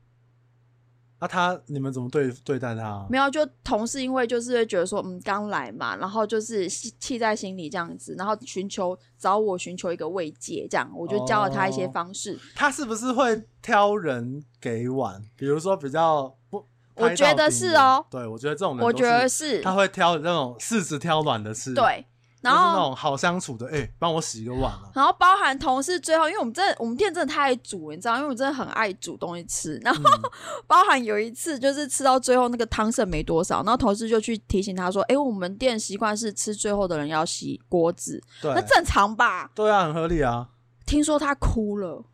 [SPEAKER 1] 啊他你们怎么对对待他？啊
[SPEAKER 2] 没有，啊就同事因为就是会觉得说，嗯，刚来嘛，然后就是气气在心里这样子，然后寻求找我寻求一个慰藉，这样我就教了他一些
[SPEAKER 1] 哦
[SPEAKER 2] 方式。
[SPEAKER 1] 他是不是会挑人给碗？比如说比较不，
[SPEAKER 2] 我
[SPEAKER 1] 拍
[SPEAKER 2] 觉
[SPEAKER 1] 到
[SPEAKER 2] 得
[SPEAKER 1] 底
[SPEAKER 2] 是
[SPEAKER 1] 的
[SPEAKER 2] 哦
[SPEAKER 1] 对我觉得这种人
[SPEAKER 2] 我
[SPEAKER 1] 都
[SPEAKER 2] 觉得
[SPEAKER 1] 是
[SPEAKER 2] 是
[SPEAKER 1] 他会挑那种柿子挑软的吃，，
[SPEAKER 2] 对，然
[SPEAKER 1] 就是那
[SPEAKER 2] 后
[SPEAKER 1] 种好相处的，哎，帮我洗个碗
[SPEAKER 2] (laughs)
[SPEAKER 1] 啊，
[SPEAKER 2] 然后包含同事最后，因为我们真的我们店真的太爱煮了，你知道，因为我真的很爱煮东西吃。然后、 (laughs) 包含有一次就是吃到最后那个汤剩没多少，然后同事就去提醒他说：“哎，我们店习惯是吃最后的人要洗锅子，
[SPEAKER 1] 对
[SPEAKER 2] 那，正常吧
[SPEAKER 1] 对啊，很合理啊。？”
[SPEAKER 2] 听说他哭了。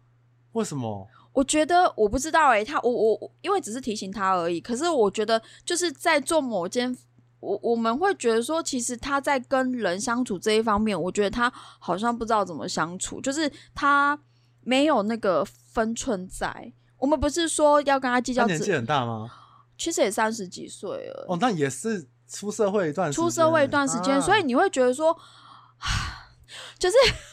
[SPEAKER 1] 为什么？
[SPEAKER 2] 我觉得我不知道哎、他我我我因为只是提醒他而已，可是我觉得就是在做某件，我我们会觉得说，其实他在跟人相处这一方面，我觉得他好像不知道怎么相处，就是他没有那个分寸在。我们不是说要跟他计
[SPEAKER 1] 他
[SPEAKER 2] 较
[SPEAKER 1] 年纪
[SPEAKER 2] 只，
[SPEAKER 1] 很大吗？
[SPEAKER 2] 其实也三十几岁了，
[SPEAKER 1] 哦，那也是出社会一段时间
[SPEAKER 2] 出社会一段时间，
[SPEAKER 1] 啊
[SPEAKER 2] 所以你会觉得说，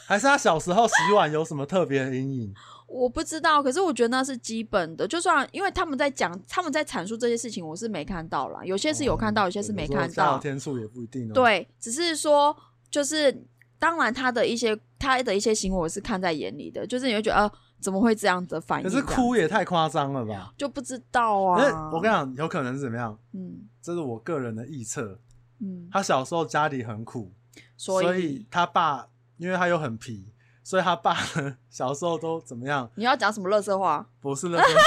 [SPEAKER 1] 还是他小时候洗碗有什么特别的阴影？
[SPEAKER 2] 我不知道，可是我觉得那是基本的。就算因为他们在讲，他们在阐述这些事情，我是没看到啦。有些是有看到，有些是没看
[SPEAKER 1] 加
[SPEAKER 2] 到。
[SPEAKER 1] 天数也不一定哦。，
[SPEAKER 2] 对，只是说，就是当然他的一些他的一些行为，我是看在眼里的。就是你会觉得，呃，怎么会这样的反应？
[SPEAKER 1] 可是
[SPEAKER 2] 这样
[SPEAKER 1] 哭也太夸张了吧？
[SPEAKER 2] 就不知道
[SPEAKER 1] 可是
[SPEAKER 2] 啊。
[SPEAKER 1] 我跟你讲，有可能是怎么样？
[SPEAKER 2] 嗯
[SPEAKER 1] 这是我个人的臆测。
[SPEAKER 2] 嗯，
[SPEAKER 1] 他小时候家里很苦，
[SPEAKER 2] 所
[SPEAKER 1] 所
[SPEAKER 2] 以
[SPEAKER 1] 他爸因为他又很皮，所以他爸呢小时候都怎么样？
[SPEAKER 2] 你要讲什么乐色话？
[SPEAKER 1] 不是那种，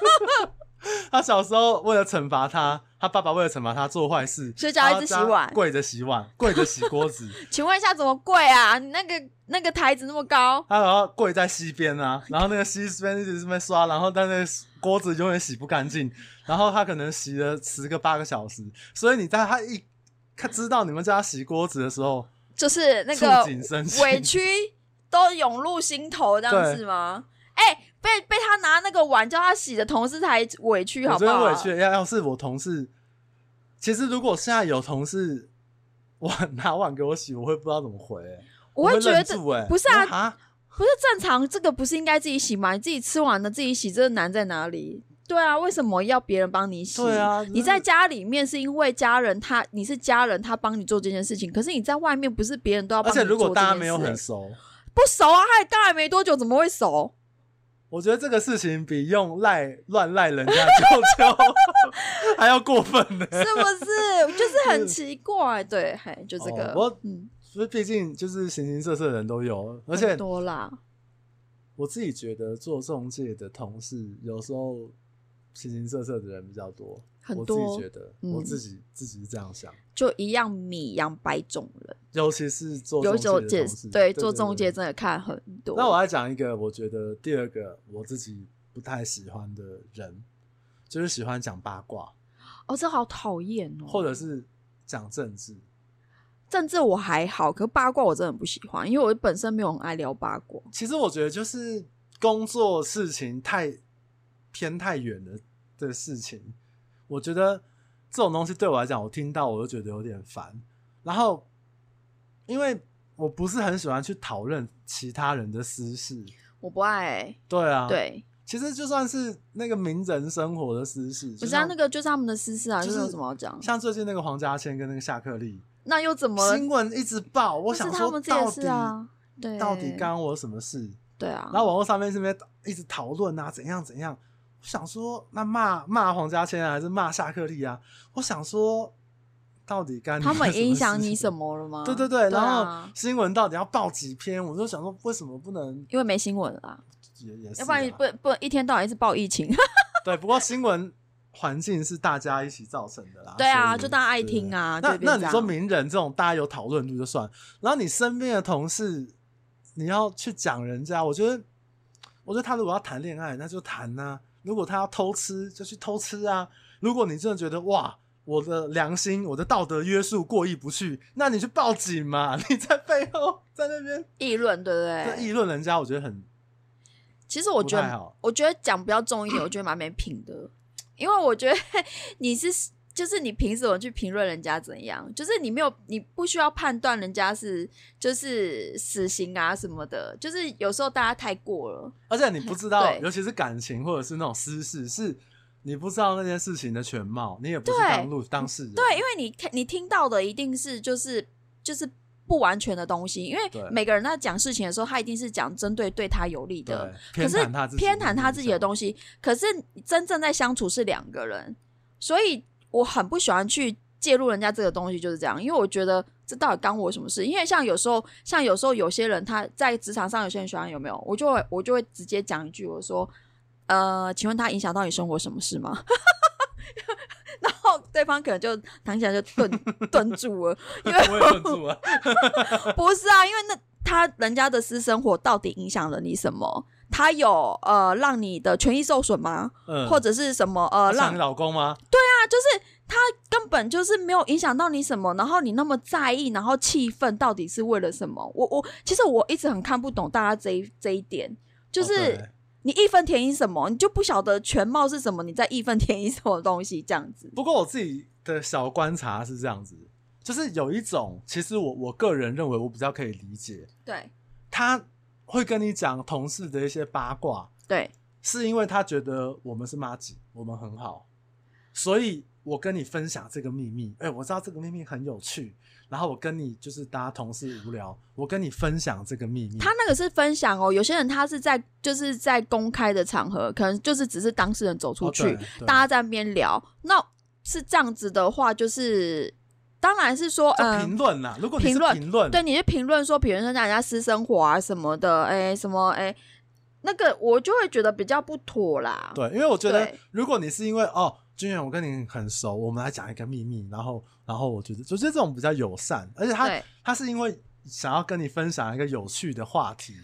[SPEAKER 1] (laughs) 他小时候为了惩罚他，他爸爸为了惩罚他做坏事，
[SPEAKER 2] 所以叫他一直洗碗
[SPEAKER 1] 他跪着洗碗，跪着洗锅
[SPEAKER 2] (laughs)
[SPEAKER 1] 子，
[SPEAKER 2] (laughs) 请问一下怎么跪啊？你那个那个台子那么高，
[SPEAKER 1] 他然后跪在溪边啊，然后那个溪边一直这边刷，然后但那个锅子永远洗不干净，然后他可能洗了十个八个小时，所以你在他一他知道你们叫他洗锅子的时候，
[SPEAKER 2] 就是那个
[SPEAKER 1] 触景生情
[SPEAKER 2] 委屈都涌入心头，这样
[SPEAKER 1] 对
[SPEAKER 2] 是吗？哎、被被他拿那个碗叫他洗的同事才委屈，好
[SPEAKER 1] (laughs) 我
[SPEAKER 2] 不
[SPEAKER 1] 觉
[SPEAKER 2] 好？
[SPEAKER 1] 得委屈。要要是我同事，其实如果现在有同事我 (laughs) 拿碗给我洗，我会不知道怎么回、欸
[SPEAKER 2] 我
[SPEAKER 1] 会
[SPEAKER 2] 会觉
[SPEAKER 1] 愣
[SPEAKER 2] 得
[SPEAKER 1] 住欸
[SPEAKER 2] 不是啊
[SPEAKER 1] 我说哈
[SPEAKER 2] 不是正常，这个不是应该自己洗吗？你自己吃完了自己洗，这个难在哪里？对啊，为什么要别人帮你洗？
[SPEAKER 1] 对啊
[SPEAKER 2] 你在家里面是因为家人他你是家人，他帮你做这件事情。可是你在外面不是别人都要
[SPEAKER 1] 而
[SPEAKER 2] 帮
[SPEAKER 1] 且
[SPEAKER 2] 你做这件事、
[SPEAKER 1] 如果大家没有很
[SPEAKER 2] 欸
[SPEAKER 1] 熟，
[SPEAKER 2] 不熟啊，他也刚来没多久，怎么会熟？
[SPEAKER 1] 我觉得这个事情比用赖乱赖人家舅舅 (laughs) 还要过分呢、欸
[SPEAKER 2] (laughs) 是不是？就是很奇怪，对，还就这
[SPEAKER 1] 哦
[SPEAKER 2] 个，
[SPEAKER 1] 我
[SPEAKER 2] 嗯，
[SPEAKER 1] 所以毕竟就是形形色色的人都有，而且
[SPEAKER 2] 很多啦，
[SPEAKER 1] 我自己觉得做中介的同事有时候形形色色的人比较多，
[SPEAKER 2] 很
[SPEAKER 1] 我自
[SPEAKER 2] 多
[SPEAKER 1] 己觉得，
[SPEAKER 2] 嗯
[SPEAKER 1] 我自己自己是这样想。
[SPEAKER 2] 就一样米养百种人，
[SPEAKER 1] 尤其是做
[SPEAKER 2] 有
[SPEAKER 1] 中
[SPEAKER 2] 时候
[SPEAKER 1] 介
[SPEAKER 2] 介
[SPEAKER 1] 的同事
[SPEAKER 2] 对做中介。
[SPEAKER 1] 对
[SPEAKER 2] 真的看很多。
[SPEAKER 1] 那我要讲一个，我觉得第二个我自己不太喜欢的人，就是喜欢讲八卦，
[SPEAKER 2] 哦，这好讨厌哦，
[SPEAKER 1] 或者是讲政治。
[SPEAKER 2] 政治我还好，可八卦我真的不喜欢，因为我本身没有很爱聊八卦。
[SPEAKER 1] 其实我觉得就是工作事情太偏太远的的事情，我觉得这种东西对我来讲，我听到我就觉得有点烦。然后，因为我不是很喜欢去讨论其他人的私事，
[SPEAKER 2] 我不爱欸、
[SPEAKER 1] 对啊，。
[SPEAKER 2] 对，
[SPEAKER 1] 其实就算是那个名人生活的私事，
[SPEAKER 2] 不
[SPEAKER 1] 就是
[SPEAKER 2] 啊，
[SPEAKER 1] 像
[SPEAKER 2] 那个就是他们的私事啊，
[SPEAKER 1] 就
[SPEAKER 2] 就是
[SPEAKER 1] 是
[SPEAKER 2] 有什么好讲？
[SPEAKER 1] 像最近那个黄家千跟那个夏克立
[SPEAKER 2] 那又怎么？
[SPEAKER 1] 新闻一直报，我
[SPEAKER 2] 但是
[SPEAKER 1] 想
[SPEAKER 2] 他
[SPEAKER 1] 说
[SPEAKER 2] 们自己
[SPEAKER 1] 到
[SPEAKER 2] 的
[SPEAKER 1] 底
[SPEAKER 2] 事啊，对，
[SPEAKER 1] 到底干我什么事？
[SPEAKER 2] 对啊，
[SPEAKER 1] 然后网络上面这边一直讨论啊，怎样怎样。我想说，那骂骂黄家千啊，还是骂夏克立啊？我想说，到底干你
[SPEAKER 2] 他们影响你什
[SPEAKER 1] 么
[SPEAKER 2] 么了吗？
[SPEAKER 1] 事情？对对对，然后
[SPEAKER 2] 啊、
[SPEAKER 1] 新闻到底要报几篇？我就想说，为什么不能
[SPEAKER 2] 因为没新闻了啦，
[SPEAKER 1] 也也是、啊？啊
[SPEAKER 2] 要不然不不一天到晚一直报疫情。
[SPEAKER 1] 对，不过新闻环境是大家一起造成的啦。
[SPEAKER 2] (laughs) 对啊
[SPEAKER 1] 所以
[SPEAKER 2] 就大家爱听啊
[SPEAKER 1] 对
[SPEAKER 2] 就变
[SPEAKER 1] 那
[SPEAKER 2] 这
[SPEAKER 1] 那你
[SPEAKER 2] 样
[SPEAKER 1] 说名人这种大家有讨论度就算，然后你身边的同事，你要去讲人家，我觉得，我觉得他如果要谈恋爱，那就谈啊；如果他要偷吃，就去偷吃啊。如果你真的觉得哇。我的良心，我的道德约束过意不去，那你去报警嘛！ (laughs) 你在背后在那边
[SPEAKER 2] 议论，对不
[SPEAKER 1] 在
[SPEAKER 2] 对？
[SPEAKER 1] 议论人家，我觉得很
[SPEAKER 2] 其实我觉
[SPEAKER 1] 不太
[SPEAKER 2] 得
[SPEAKER 1] 好，
[SPEAKER 2] 我觉得讲比较重一点，我觉得蛮没品的，因为我觉得 (laughs) 你是就是你凭什么去评论人家怎样？就是你没有，你不需要判断人家是就是死刑啊什么的，就是有时候大家太过了，
[SPEAKER 1] 而且你不知道
[SPEAKER 2] 对，
[SPEAKER 1] 尤其是感情或者是那种私事，是你不知道那件事情的全貌，你也不是
[SPEAKER 2] 对
[SPEAKER 1] 当路当事人。
[SPEAKER 2] 对，因为你看你听到的一定是就是就是。不完全的东西，因为
[SPEAKER 1] 对
[SPEAKER 2] 每个人在讲事情的时候，他一定是讲针对对他有利的，
[SPEAKER 1] 对，
[SPEAKER 2] 可
[SPEAKER 1] 偏
[SPEAKER 2] 是
[SPEAKER 1] 袒他自己，
[SPEAKER 2] 偏袒他自己的东西。可是真正在相处是两个人，所以我很不喜欢去介入人家这个东西，就是这样，因为我觉得这到底干我什么事？因为像有时候，像有时候有些人他在职场上，有些人喜欢有没有，我就会我就会直接讲一句，我说，呃，请问他影响到你生活什么事吗？ (laughs) 然后对方可能就躺下来就顿 (laughs) 顿住了，
[SPEAKER 1] 西，我也忍住啊了。
[SPEAKER 2] 不是啊，因为那他人家的私生活到底影响了你什么？他有呃让你的权益受损吗？
[SPEAKER 1] 嗯，
[SPEAKER 2] (laughs) 或者是什么呃
[SPEAKER 1] 他想
[SPEAKER 2] 让
[SPEAKER 1] 你老公吗？
[SPEAKER 2] 根本就是没有影响到你什么，然后你那么在意，然后气愤到底是为了什么？我我其实我一直很看不懂大家这一这一点，就
[SPEAKER 1] 哦
[SPEAKER 2] 是、
[SPEAKER 1] 对
[SPEAKER 2] 你义愤填膺什么，你就不晓得全貌是什么，你在义愤填膺什么东西这样子。
[SPEAKER 1] 不过我自己的小观察是这样子，就是有一种，其实我我个人认为我比较可以理解，
[SPEAKER 2] 对
[SPEAKER 1] 他会跟你讲同事的一些八卦，
[SPEAKER 2] 对，
[SPEAKER 1] 是因为他觉得我们是妈吉，我们很好，所以我跟你分享这个秘密。哎、我知道这个秘密很有趣，然后我跟你就是大家同事无聊，我跟你分享这个秘密。
[SPEAKER 2] 他那个是分享哦，有些人他是在就是在公开的场合，可能就是只是当事人走出去，
[SPEAKER 1] 哦对对
[SPEAKER 2] 大家在那边聊。那是这样子的话，就是当然是说，
[SPEAKER 1] 就
[SPEAKER 2] 嗯
[SPEAKER 1] 评，论啦，如果你是
[SPEAKER 2] 评论
[SPEAKER 1] 评论，
[SPEAKER 2] 对，你去评论说，比如说人家私生活啊什么的，哎、什么哎、那个我就会觉得比较不妥啦。
[SPEAKER 1] 对，因为我觉得
[SPEAKER 2] 对
[SPEAKER 1] 如果你是因为哦，君远，我跟你很熟，我们来讲一个秘密，然后然后我觉得，我觉得这种比较友善，而且他
[SPEAKER 2] 对
[SPEAKER 1] 他是因为想要跟你分享一个有趣的话题，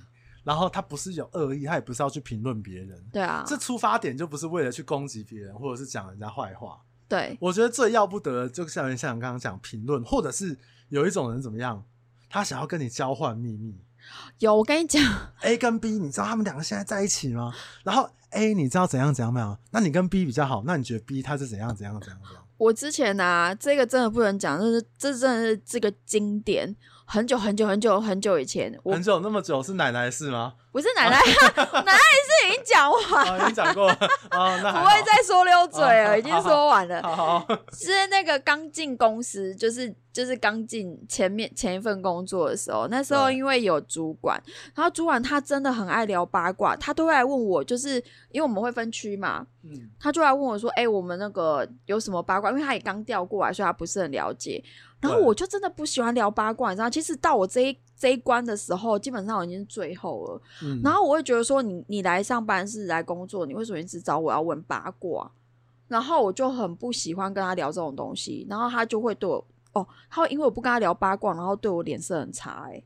[SPEAKER 1] 然后他不是有恶意，他也不是要去评论别人，
[SPEAKER 2] 对啊，
[SPEAKER 1] 这出发点就不是为了去攻击别人或者是讲人家坏话。
[SPEAKER 2] 对
[SPEAKER 1] 我觉得最要不得的，就像像刚刚讲评论，或者是有一种人怎么样，他想要跟你交换秘密。
[SPEAKER 2] 有我跟你讲，
[SPEAKER 1] A 跟 B，你知道他们两个现在在一起吗？然后 A 你知道怎样怎样没有？那你跟 B 比较好，那你觉得 B 他是怎样怎样怎样怎样？
[SPEAKER 2] 我之前啊，这个真的不能讲，这是这真的是这个经典，很久很久很久很久以前，我
[SPEAKER 1] 很久那么久是奶奶的事
[SPEAKER 2] (laughs)
[SPEAKER 1] 吗？
[SPEAKER 2] 不是
[SPEAKER 1] (laughs)
[SPEAKER 2] 奶奶，奶奶是已经讲完，
[SPEAKER 1] 啊，已经讲过了啊，那
[SPEAKER 2] 不
[SPEAKER 1] 还
[SPEAKER 2] 会再说溜嘴
[SPEAKER 1] 哦 (laughs)
[SPEAKER 2] 了，已经
[SPEAKER 1] 好好
[SPEAKER 2] 说完了。
[SPEAKER 1] 好好好
[SPEAKER 2] 是那个刚进公司，就是就是刚进前面前一份工作的时候，那时候
[SPEAKER 1] 对
[SPEAKER 2] 因为有主管，然后主管他真的很爱聊八卦，他都会来问我，就是因为我们会分区嘛，
[SPEAKER 1] 嗯
[SPEAKER 2] 他就来问我说：“哎、我们那个有什么八卦？”因为他也刚调过来，所以他不是很了解。然后
[SPEAKER 1] 对
[SPEAKER 2] 我就真的不喜欢聊八卦，你知道，其实到我这一这一关的时候，基本上我已经是最后了。
[SPEAKER 1] 嗯
[SPEAKER 2] 然后我会觉得说你，你来上班是来工作，你为什么一直找我要问八卦？然后我就很不喜欢跟他聊这种东西，然后他就会对我哦，他会因为我不跟他聊八卦，然后对我脸色很差、欸。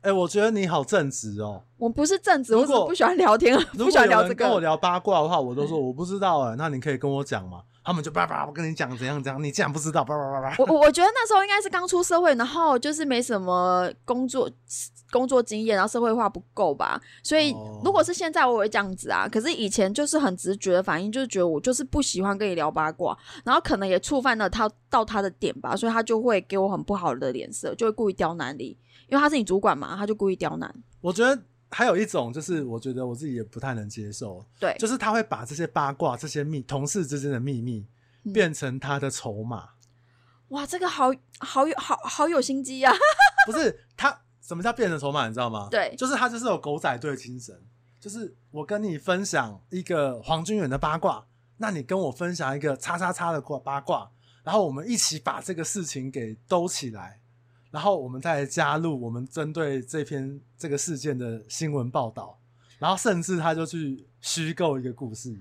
[SPEAKER 1] 哎、我觉得你好正直哦。
[SPEAKER 2] 我不是正直，
[SPEAKER 1] 如
[SPEAKER 2] 我
[SPEAKER 1] 果
[SPEAKER 2] 只是不喜欢聊天， (laughs)
[SPEAKER 1] 如
[SPEAKER 2] 不
[SPEAKER 1] 果
[SPEAKER 2] 喜欢
[SPEAKER 1] 有
[SPEAKER 2] 聊这
[SPEAKER 1] 人跟我
[SPEAKER 2] 个。嗯
[SPEAKER 1] 聊八卦的话，我都说我不知道哎、那你可以跟我讲嘛。他们就叭叭，我跟你讲怎样怎样，你竟然不知道，叭叭叭叭。
[SPEAKER 2] 我我我觉得那时候应该是刚出社会，然后就是没什么工作工作经验，然后社会化不够吧。所以
[SPEAKER 1] 哦
[SPEAKER 2] 如果是现在，我也会这样子啊。可是以前就是很直觉的反应，就是觉得我就是不喜欢跟你聊八卦，然后可能也触犯了他到他的点吧，所以他就会给我很不好的脸色，就会故意刁难你，因为他是你主管嘛，他就故意刁难。
[SPEAKER 1] 我觉得还有一种就是，我觉得我自己也不太能接受，
[SPEAKER 2] 对，
[SPEAKER 1] 就是他会把这些八卦、这些秘同事之间的秘密
[SPEAKER 2] 嗯
[SPEAKER 1] 变成他的筹码，
[SPEAKER 2] 哇，这个好好有好好有心机啊！
[SPEAKER 1] 不是他什么叫变成筹码，你知道吗？
[SPEAKER 2] 对
[SPEAKER 1] 就是他就是有狗仔队精神，就是我跟你分享一个黄君远的八卦，那你跟我分享一个叉叉叉的卦八卦，然后我们一起把这个事情给兜起来。然后我们再加入我们针对这篇这个事件的新闻报道，然后甚至他就去虚构一个故事，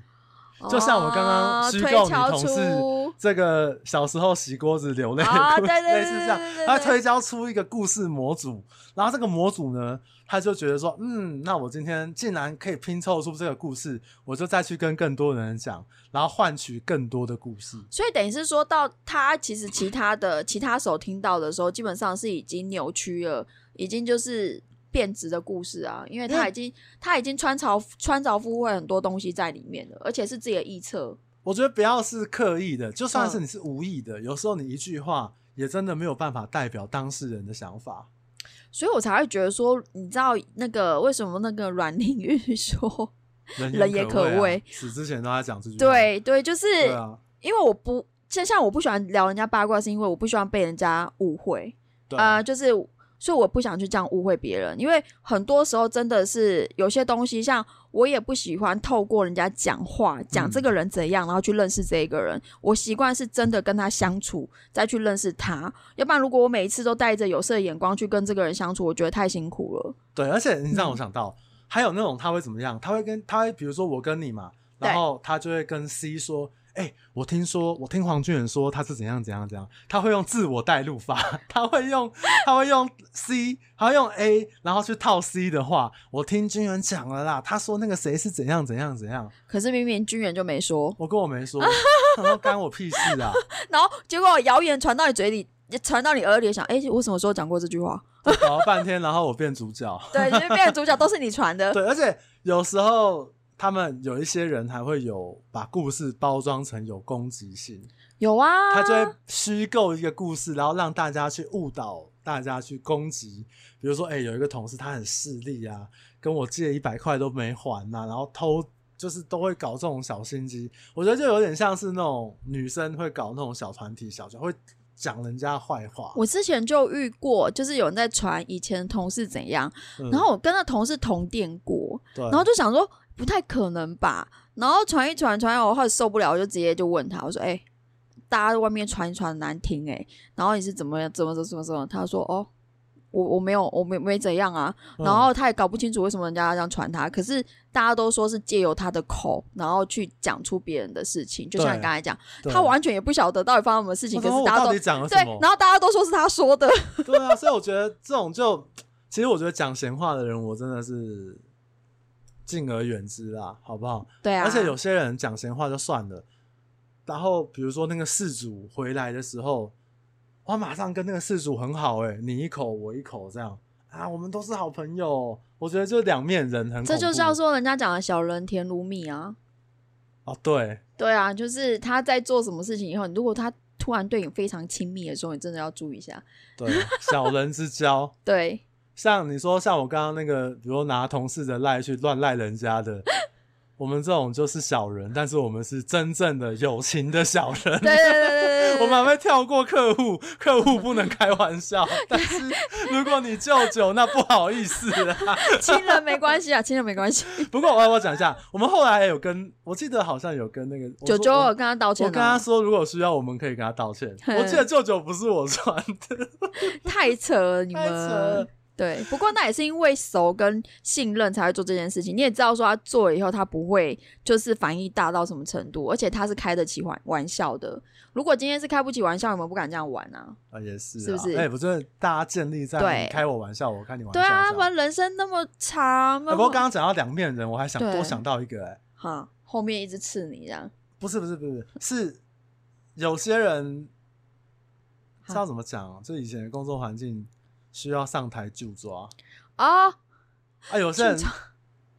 [SPEAKER 1] 就像我刚刚
[SPEAKER 2] 哦
[SPEAKER 1] 虚
[SPEAKER 2] 推
[SPEAKER 1] 构你
[SPEAKER 2] 敲
[SPEAKER 1] 同事
[SPEAKER 2] 出
[SPEAKER 1] 这个小时候洗锅子流泪的
[SPEAKER 2] 啊
[SPEAKER 1] 故事，
[SPEAKER 2] 对对
[SPEAKER 1] 类似这样
[SPEAKER 2] 对对，对
[SPEAKER 1] 他
[SPEAKER 2] 对
[SPEAKER 1] 推敲出一个故事模组，然后这个模组呢，他就觉得说，嗯，那我今天竟然可以拼凑出这个故事，我就再去跟更多的人讲，然后换取更多的故事。
[SPEAKER 2] 所以等于是说到他其实其他的其他手听到的时候，基本上是已经扭曲了，已经就是变质的故事啊，因为
[SPEAKER 1] 因
[SPEAKER 2] 他
[SPEAKER 1] 为
[SPEAKER 2] 已经他已经穿潮穿潮附会很多东西在里面了，而且是自己的臆测。
[SPEAKER 1] 我觉得不要是刻意的，就算是
[SPEAKER 2] 嗯
[SPEAKER 1] 你是无意的，有时候你一句话也真的没有办法代表当事人的想法。
[SPEAKER 2] 所以我才会觉得说，你知道那个为什么那个阮玲玉 (laughs) 说，
[SPEAKER 1] 人
[SPEAKER 2] 人也可
[SPEAKER 1] 啊
[SPEAKER 2] 畏
[SPEAKER 1] 死之前都在讲这句话。
[SPEAKER 2] 对对，就是
[SPEAKER 1] 嗯对啊，
[SPEAKER 2] 因为我不像像我不喜欢聊人家八卦，是因为我不喜欢被人家误会。
[SPEAKER 1] 对啊
[SPEAKER 2] 呃，就是所以我不想去这样误会别人，因为很多时候真的是有些东西，像我也不喜欢透过人家讲话讲
[SPEAKER 1] 嗯
[SPEAKER 2] 这个人怎样，然后去认识这一个人。我习惯是真的跟他相处，再去认识他。要不然，如果我每一次都带着有色眼光去跟这个人相处，我觉得太辛苦了。
[SPEAKER 1] 对，而且你让我想到，还有那种他会怎么样？他会跟他会，比如说我跟你嘛，然
[SPEAKER 2] 对
[SPEAKER 1] 后他就会跟 C 说：“哎、我听说，我听黄俊远说他是怎样怎样怎样。”他会用自我带入法， (laughs) 他会用他会用 C，他会用 A，然后去套 C 的话。我听君远讲了啦，他说那个谁是怎样怎样怎样，
[SPEAKER 2] 可是明明君远就没说，
[SPEAKER 1] 我跟我没说， (laughs) 然后干我屁事啊！
[SPEAKER 2] 然后结果谣言传到你嘴里，传到你耳里，想哎，诶我什么时候讲过这句话？
[SPEAKER 1] 我搞了半天，然后我变主角。
[SPEAKER 2] 对，就变成主角都是你传
[SPEAKER 1] (laughs)
[SPEAKER 2] 的。
[SPEAKER 1] 对，而且有时候他们有一些人还会有把故事包装成有攻击性。
[SPEAKER 2] 有啊，
[SPEAKER 1] 他就会虚构一个故事，然后让大家去误导大家去攻击。比如说，哎、有一个同事他很势利啊，跟我借一百块都没还啊呐、然后偷就是都会搞这种小心机。我觉得就有点像是那种女生会搞那种小团体、小圈，会讲人家坏话。
[SPEAKER 2] 我之前就遇过，就是有人在传以前同事怎样，
[SPEAKER 1] 嗯
[SPEAKER 2] 然后我跟那同事同店过，
[SPEAKER 1] 对，
[SPEAKER 2] 然后就想说不太可能吧，然后传一传传一传，我后来受不了，我就直接就问他，我说：“哎、欸大家在外面传一传难听哎、然后你是怎么怎么怎么怎么？”他说：“哦，我我没有我没没怎样啊，
[SPEAKER 1] 嗯
[SPEAKER 2] 然后他也搞不清楚为什么人家要这样传他，可是大家都说是借由他的口，然后去讲出别人的事情，就像
[SPEAKER 1] 对
[SPEAKER 2] 你刚才讲，
[SPEAKER 1] 对
[SPEAKER 2] 他完全也不晓得到底发生什么事情，
[SPEAKER 1] 我
[SPEAKER 2] 可
[SPEAKER 1] 想说哦我
[SPEAKER 2] 是大家
[SPEAKER 1] 到
[SPEAKER 2] 都
[SPEAKER 1] 底讲了啊什
[SPEAKER 2] 对
[SPEAKER 1] 么，？
[SPEAKER 2] 然后大家都说是他说的，
[SPEAKER 1] (laughs) 对啊，所以我觉得这种就，其实我觉得讲闲话的人，我真的是敬而远之啦，好不好？
[SPEAKER 2] (laughs) 对啊，
[SPEAKER 1] 而且有些人讲闲话就算了，然后比如说那个事主回来的时候，我马上跟那个事主很好、欸，哎，你一口我一口这样啊，我们都是好朋友。哦我觉得就两面人很恐怖，
[SPEAKER 2] 这就叫做人家讲的小人甜如蜜啊。
[SPEAKER 1] 哦，对，
[SPEAKER 2] 对啊，就是他在做什么事情以后，如果他突然对你非常亲密的时候，你真的要注意一下。
[SPEAKER 1] 对，小人之交。 (laughs)
[SPEAKER 2] 对，
[SPEAKER 1] 像你说，像我刚刚那个，比如拿同事的赖去乱赖人家的，我们这种就是小人，但是我们是真正的友情的小人。
[SPEAKER 2] 对对对对对
[SPEAKER 1] 我
[SPEAKER 2] 对
[SPEAKER 1] 们还会跳过客户，客户不能开玩笑。但是如果你舅舅，那不好意思啦。
[SPEAKER 2] 对， (laughs) 亲人没关系啊，亲人没关系。
[SPEAKER 1] 不过我我讲一下，我们后来有跟，我记得好像有跟那个我
[SPEAKER 2] 九
[SPEAKER 1] 说
[SPEAKER 2] 九
[SPEAKER 1] 我
[SPEAKER 2] 我跟他道
[SPEAKER 1] 我
[SPEAKER 2] 歉哦
[SPEAKER 1] 跟他
[SPEAKER 2] 了，
[SPEAKER 1] 说，如果需要，我们可以跟他道歉。
[SPEAKER 2] 嘿
[SPEAKER 1] 我记得舅舅不是我传的，
[SPEAKER 2] 太扯了，你
[SPEAKER 1] 太扯了
[SPEAKER 2] 们。对，不过那也是因为熟跟信任才会做这件事情。你也知道，说他做了以后，他不会就是反应大到什么程度，而且他是开得起玩玩笑的。如果今天是开不起玩笑，你们不敢这样玩啊。
[SPEAKER 1] 啊，也是啊，
[SPEAKER 2] 是不是
[SPEAKER 1] 哎、我真的大家建立在
[SPEAKER 2] 对
[SPEAKER 1] 你开我玩笑，我开你玩笑
[SPEAKER 2] 对
[SPEAKER 1] 上。
[SPEAKER 2] 啊，不然人生那么长，
[SPEAKER 1] 哎
[SPEAKER 2] 那
[SPEAKER 1] 不过
[SPEAKER 2] 么
[SPEAKER 1] 刚刚讲到两面人，我还想
[SPEAKER 2] 对
[SPEAKER 1] 多想到一个、哎，
[SPEAKER 2] 哈后面一直刺你这样。
[SPEAKER 1] 不是不是不是，是有些人知
[SPEAKER 2] 哈
[SPEAKER 1] 道怎么讲哦，就以前的工作环境需要上台就抓
[SPEAKER 2] 啊，
[SPEAKER 1] 啊，有些人
[SPEAKER 2] 就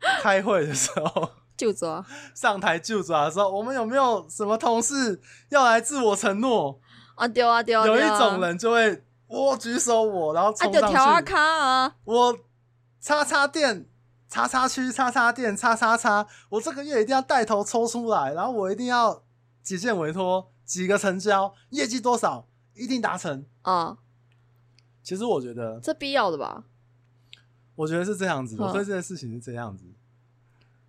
[SPEAKER 1] (laughs) 开会的时候
[SPEAKER 2] 就啊抓，
[SPEAKER 1] 上台就抓的时候，我们有没有什么同事要来自我承诺？
[SPEAKER 2] 啊丢啊丢啊，
[SPEAKER 1] 有
[SPEAKER 2] 对
[SPEAKER 1] 一
[SPEAKER 2] 啊
[SPEAKER 1] 种人就会我举手我，然后
[SPEAKER 2] 啊
[SPEAKER 1] 冲
[SPEAKER 2] 就
[SPEAKER 1] 上去，
[SPEAKER 2] 调啊卡啊，
[SPEAKER 1] 我叉叉店、叉叉区、叉叉店、叉叉叉，我这个月一定要带头抽出来，然后我一定要几件委托、几个成交、业绩多少，一定达成。
[SPEAKER 2] 啊，
[SPEAKER 1] 其实我觉得，
[SPEAKER 2] 这必要的吧？
[SPEAKER 1] 我觉得是这样子，
[SPEAKER 2] 嗯
[SPEAKER 1] 我对这件事情是这样子。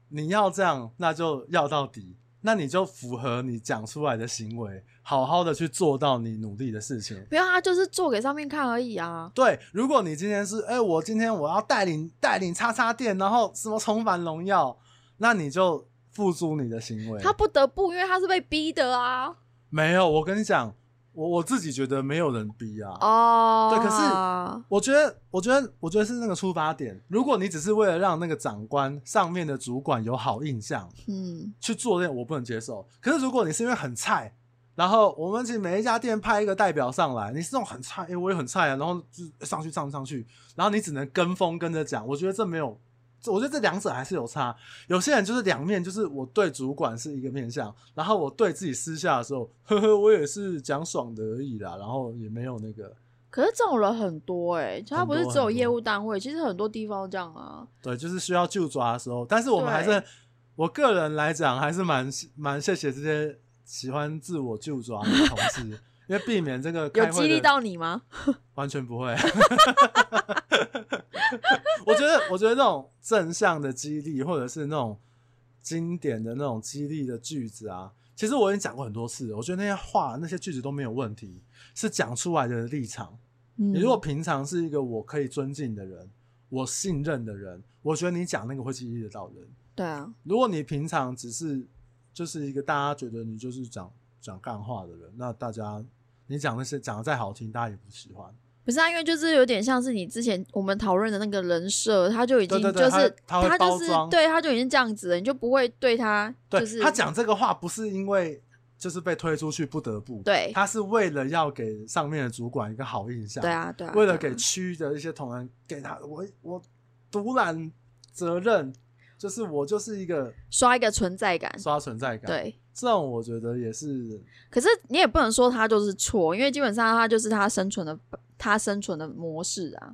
[SPEAKER 1] 你要这样，那就要到底，那你就符合你讲出来的行为，好好的去做到你努力的事情。
[SPEAKER 2] 没有啊，就是做给上面看而已啊。
[SPEAKER 1] 对，如果你今天是，哎、我今天我要带领带领叉叉店，然后什么重返荣耀，那你就付诸你的行为。
[SPEAKER 2] 他不得不，因为他是被逼的啊。
[SPEAKER 1] 没有，我跟你讲，我我自己觉得没有人逼啊。
[SPEAKER 2] 哦，
[SPEAKER 1] 对可是我觉得，我觉得，我觉得是那个出发点。如果你只是为了让那个长官、上面的主管有好印象
[SPEAKER 2] 嗯，
[SPEAKER 1] 去做这个，我不能接受。可是如果你是因为很菜，然后我们请每一家店派一个代表上来，你是那种很菜，哎、我也很菜啊，然后就上去上去上去，然后你只能跟风跟着讲。我觉得这没有，这我觉得这两者还是有差。有些人就是两面，就是我对主管是一个面相，然后我对自己私下的时候，呵呵，我也是讲爽的而已啦，然后也没有那个，
[SPEAKER 2] 可是这种人很多哎、欸，他不是
[SPEAKER 1] 很多
[SPEAKER 2] 只有
[SPEAKER 1] 很多
[SPEAKER 2] 业务单位，其实很多地方都这样啊。
[SPEAKER 1] 对，就是需要就抓的时候。但是我们还是
[SPEAKER 2] 对，
[SPEAKER 1] 我个人来讲，还是蛮蛮谢谢这些喜欢自我就抓的同事。因为避免这个
[SPEAKER 2] 有
[SPEAKER 1] 开会
[SPEAKER 2] 激励
[SPEAKER 1] 的
[SPEAKER 2] 到你吗？
[SPEAKER 1] 完全不会。我觉得，我觉得那种正向的激励，或者是那种经典的那种激励的句子啊，其实我已经讲过很多次了。我觉得那些话、那些句子都没有问题，是讲出来的立场。
[SPEAKER 2] 嗯
[SPEAKER 1] 你如果平常是一个我可以尊敬的人，我信任的人，我觉得你讲那个会激励得到人。
[SPEAKER 2] 对啊，
[SPEAKER 1] 如果你平常只是就是一个大家觉得你就是讲讲干话的人，那大家你讲那些讲的再好听，大家也不喜欢。
[SPEAKER 2] 不是啊，因为就是有点像是你之前我们讨论的那个人设，他就已经
[SPEAKER 1] 对
[SPEAKER 2] 就
[SPEAKER 1] 对对
[SPEAKER 2] 是
[SPEAKER 1] 他他会包
[SPEAKER 2] 就是
[SPEAKER 1] 装
[SPEAKER 2] 对他就已经这样子了，你就不会对他
[SPEAKER 1] 对、
[SPEAKER 2] 就是
[SPEAKER 1] 他讲这个话不是因为就是被推出去不得不，
[SPEAKER 2] 对
[SPEAKER 1] 他是为了要给上面的主管一个好印象，
[SPEAKER 2] 对，啊对啊，
[SPEAKER 1] 为了
[SPEAKER 2] 对
[SPEAKER 1] 给
[SPEAKER 2] 啊
[SPEAKER 1] 区的一些同仁给他我我独揽责任，就是我就是一个
[SPEAKER 2] 刷一个存在感，
[SPEAKER 1] 刷存在感，，
[SPEAKER 2] 嗯对。
[SPEAKER 1] 这种我觉得也是
[SPEAKER 2] 可是你也不能说他就是错，因为基本上他就是他生存的他生存的模式啊。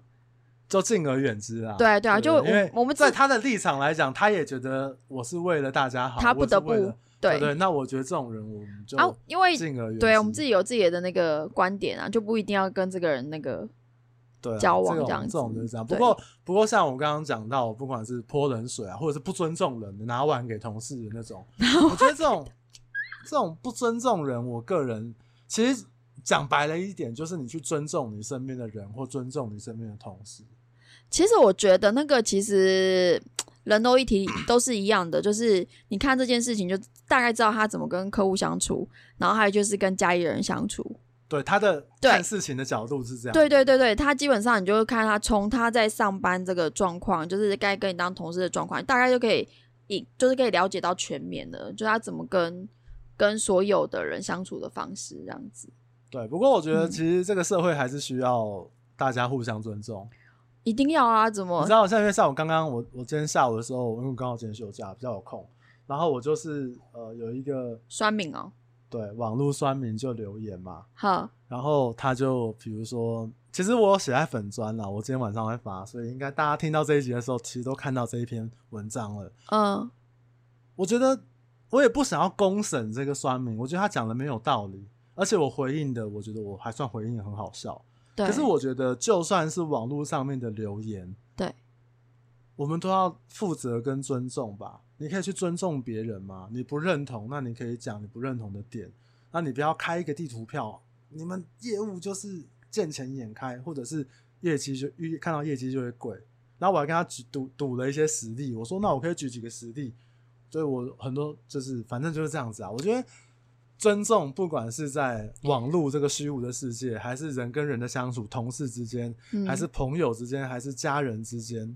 [SPEAKER 1] 就敬而远之啊，
[SPEAKER 2] 对啊对啊就
[SPEAKER 1] 因
[SPEAKER 2] 我
[SPEAKER 1] 为
[SPEAKER 2] 我们
[SPEAKER 1] 在
[SPEAKER 2] 自
[SPEAKER 1] 他的立场来讲，他也觉得我是为了大家好，
[SPEAKER 2] 他不得不
[SPEAKER 1] 我是为了
[SPEAKER 2] 对
[SPEAKER 1] 对，那我觉得这种人我们就
[SPEAKER 2] 啊，因为
[SPEAKER 1] 敬而远之，
[SPEAKER 2] 对我们自
[SPEAKER 1] 己
[SPEAKER 2] 己有自己的那个观点啊，就不一定要跟这个人那个
[SPEAKER 1] 对啊、
[SPEAKER 2] 交往
[SPEAKER 1] 这种
[SPEAKER 2] 这样子
[SPEAKER 1] 这种就是这样。不
[SPEAKER 2] 对
[SPEAKER 1] 过不过，像我刚刚讲到，不管是泼冷水啊，或者是不尊重人的拿碗给同事的那种，我觉得这种这种不尊重人，我个人其实讲白了一点，就是你去尊重你身边的人，或尊重你身边的同事。
[SPEAKER 2] 其实我觉得那个其实人都一体 (clears throat) 都是一样的，就是你看这件事情就大概知道他怎么跟客户相处，然后还有就是跟家里人相处。
[SPEAKER 1] 对他的
[SPEAKER 2] 对
[SPEAKER 1] 看事情的角度是这样，
[SPEAKER 2] 对对对对，他基本上你就会看他从他在上班这个状况，就是该跟你当同事的状况，大概就可以一就是可以了解到全面的，就他怎么跟跟所有的人相处的方式这样子。
[SPEAKER 1] 对。不过我觉得
[SPEAKER 2] 嗯
[SPEAKER 1] 其实这个社会还是需要大家互相尊重。
[SPEAKER 2] 一定要啊！怎
[SPEAKER 1] 你
[SPEAKER 2] 么
[SPEAKER 1] 知？道，像因为像我刚刚我我今天下午的时候，因为我刚好今天休假比较有空，然后我就是呃有一个
[SPEAKER 2] 酸敏哦，
[SPEAKER 1] 对网络酸民就留言嘛，
[SPEAKER 2] 好，
[SPEAKER 1] 然后他就比如说，其实我有写在粉砖啦，我今天晚上会发，所以应该大家听到这一集的时候，其实都看到这一篇文章了。
[SPEAKER 2] 嗯，
[SPEAKER 1] 我觉得我也不想要公审这个酸民，我觉得他讲的没有道理，而且我回应的，我觉得我还算回应的很好笑。
[SPEAKER 2] 对。
[SPEAKER 1] 可是我觉得，就算是网络上面的留言，
[SPEAKER 2] 对，
[SPEAKER 1] 我们都要负责跟尊重吧。你可以去尊重别人嘛，你不认同，那你可以讲你不认同的点，那你不要开一个地图票，你们业务就是见钱眼开，或者是业绩就一看到业绩就会贵。然后我还跟他举赌赌了一些实例，我说那我可以举几个实例，所以我很多就是反正就是这样子啊。我觉得尊重，不管是在网络这个虚无的世界，还是人跟人的相处，同事之间，
[SPEAKER 2] 嗯
[SPEAKER 1] 还是朋友之间，还是家人之间，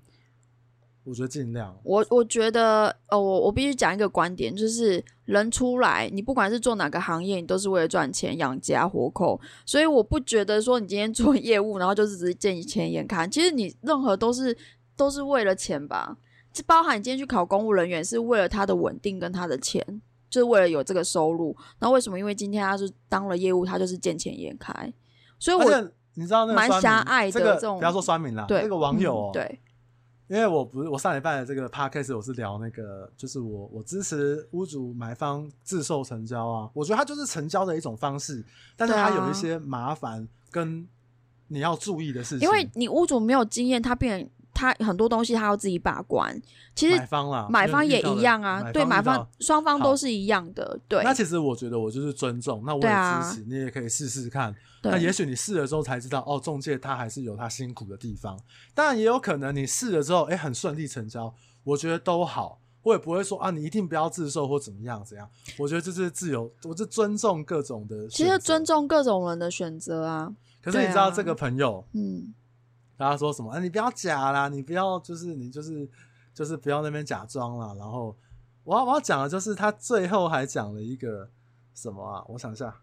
[SPEAKER 1] 我觉得尽量
[SPEAKER 2] 我我觉得，哦，我我必须讲一个观点，就是人出来，你不管是做哪个行业，你都是为了赚钱、养家活口。所以我不觉得说你今天做业务，然后就是只是见钱眼开。其实你任何都是都是为了钱吧，这包含你今天去考公务人员，是为了他的稳定跟他的钱，就是为了有这个收入。那为什么？因为今天他是当了业务，他就是见钱眼开。所以我
[SPEAKER 1] 而且你知道那个
[SPEAKER 2] 蛮
[SPEAKER 1] 酸民
[SPEAKER 2] 狭隘的
[SPEAKER 1] 这个
[SPEAKER 2] 这种
[SPEAKER 1] 不要说酸民啦，
[SPEAKER 2] 对
[SPEAKER 1] 这个网友哦、
[SPEAKER 2] 嗯对，
[SPEAKER 1] 因为我不是我上礼拜的这个 podcast 我是聊那个，就是我我支持屋主买方自售成交啊，我觉得它就是成交的一种方式，但是
[SPEAKER 2] 对
[SPEAKER 1] 它
[SPEAKER 2] 啊
[SPEAKER 1] 有一些麻烦跟你要注意的事情，
[SPEAKER 2] 因为你屋主没有经验，他变他很多东西他要自己把关。其实
[SPEAKER 1] 买方啦，
[SPEAKER 2] 买方也
[SPEAKER 1] 因为遇到
[SPEAKER 2] 一
[SPEAKER 1] 的
[SPEAKER 2] 样啊，对，买
[SPEAKER 1] 遇到
[SPEAKER 2] 方双方
[SPEAKER 1] 好
[SPEAKER 2] 都是一样的，对
[SPEAKER 1] 那其实我觉得我就是尊重，那我也
[SPEAKER 2] 对啊
[SPEAKER 1] 支持，你也可以试试看。那也
[SPEAKER 2] 对
[SPEAKER 1] 许你试了之后才知道，哦，中介他还是有他辛苦的地方。当然也有可能你试了之后，哎、很顺利成交，我觉得都好。我也不会说啊，你一定不要自售或怎么样怎样。我觉得这是自由，我是尊重各种的。
[SPEAKER 2] 其实尊，重各种人的选择啊，
[SPEAKER 1] 可是你知道
[SPEAKER 2] 对啊
[SPEAKER 1] 这个朋友，
[SPEAKER 2] 嗯，
[SPEAKER 1] 大家说什么？啊，你不要假啦，你不要就是你就是就是不要那边假装啦。然后我要我要讲的就是他最后还讲了一个什么啊？我想一下，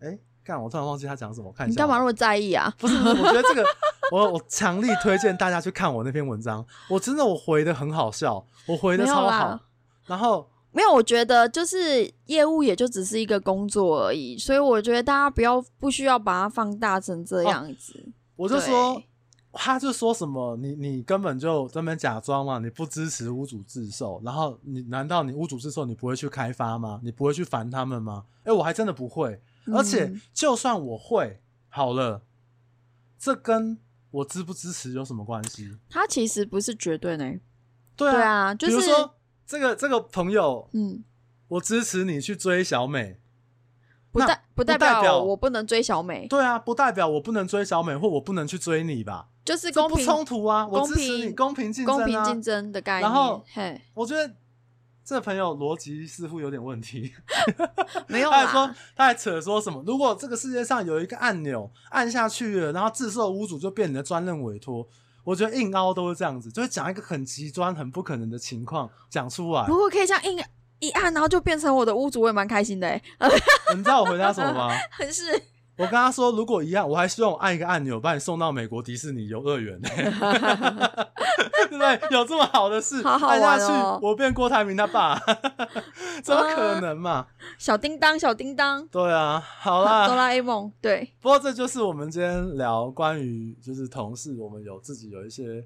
[SPEAKER 1] 哎、干，我突然忘记他讲什么，我看一
[SPEAKER 2] 你
[SPEAKER 1] 下啊。
[SPEAKER 2] 干嘛那么在意啊？
[SPEAKER 1] 不是不是，我觉得这个 (laughs) 我我强力推荐大家去看我那篇文章，我真的我回的很好笑，我回的
[SPEAKER 2] 没有
[SPEAKER 1] 超好
[SPEAKER 2] 啦，
[SPEAKER 1] 然后
[SPEAKER 2] 没有，我觉得就是业务也就只是一个工作而已，所以我觉得大家不要不需要把它放大成
[SPEAKER 1] 哦
[SPEAKER 2] 这样子。
[SPEAKER 1] 我就说
[SPEAKER 2] 对。
[SPEAKER 1] 他就说什么你你根本就专门假装嘛，你不支持屋主自售，然后你难道你屋主自售你不会去开发吗？你不会去烦他们吗？哎、我还真的不会，而且
[SPEAKER 2] 嗯
[SPEAKER 1] 就算我会，好了，这跟我支不支持有什么关系？
[SPEAKER 2] 它其实不是绝对呢，
[SPEAKER 1] 对
[SPEAKER 2] 对
[SPEAKER 1] 啊，
[SPEAKER 2] 啊，就
[SPEAKER 1] 比
[SPEAKER 2] 是
[SPEAKER 1] 如说这个这个朋友，
[SPEAKER 2] 嗯，
[SPEAKER 1] 我支持你去追小美。
[SPEAKER 2] 不
[SPEAKER 1] 那
[SPEAKER 2] 代不代
[SPEAKER 1] 代表
[SPEAKER 2] 表我不能追小美，
[SPEAKER 1] 对啊，不代表我不能追小美，或我不能去追你吧？
[SPEAKER 2] 就是
[SPEAKER 1] 这
[SPEAKER 2] 公
[SPEAKER 1] 不
[SPEAKER 2] 平
[SPEAKER 1] 冲突啊，我
[SPEAKER 2] 公
[SPEAKER 1] 支持你，
[SPEAKER 2] 平
[SPEAKER 1] 公平竞争、啊、
[SPEAKER 2] 公平竞。争的概念。
[SPEAKER 1] 然后
[SPEAKER 2] 嘿，
[SPEAKER 1] 我觉得这朋友逻辑似乎有点问题。
[SPEAKER 2] (laughs) 没有
[SPEAKER 1] 他还说
[SPEAKER 2] 啦，，
[SPEAKER 1] 他还扯说什么？如果这个世界上有一个按钮按下去了，然后自售屋主就变你的专任委托，我觉得硬凹都是这样子，就会讲一个很极端、很不可能的情况讲出
[SPEAKER 2] (laughs)
[SPEAKER 1] 来
[SPEAKER 2] 如。果可以这样硬一按，然后就变成我的屋主，我也蛮开心的哎、
[SPEAKER 1] 你知道我回答什么吗？
[SPEAKER 2] 很是
[SPEAKER 1] 我跟他说，如果一样，我还希望我按一个按钮把你送到美国迪士尼游乐园 (laughs) 呢、对不对？有这么好的事，
[SPEAKER 2] 好好
[SPEAKER 1] 按下
[SPEAKER 2] 玩
[SPEAKER 1] 去
[SPEAKER 2] 哦
[SPEAKER 1] 我变郭台铭他爸， (laughs) 怎么可能嘛？
[SPEAKER 2] 小叮当，小叮当，
[SPEAKER 1] 对啊，好
[SPEAKER 2] 哆
[SPEAKER 1] 啦。
[SPEAKER 2] 啦 A 梦，对，
[SPEAKER 1] 不过这就是我们今天聊关于就是同事，我们有自己有一些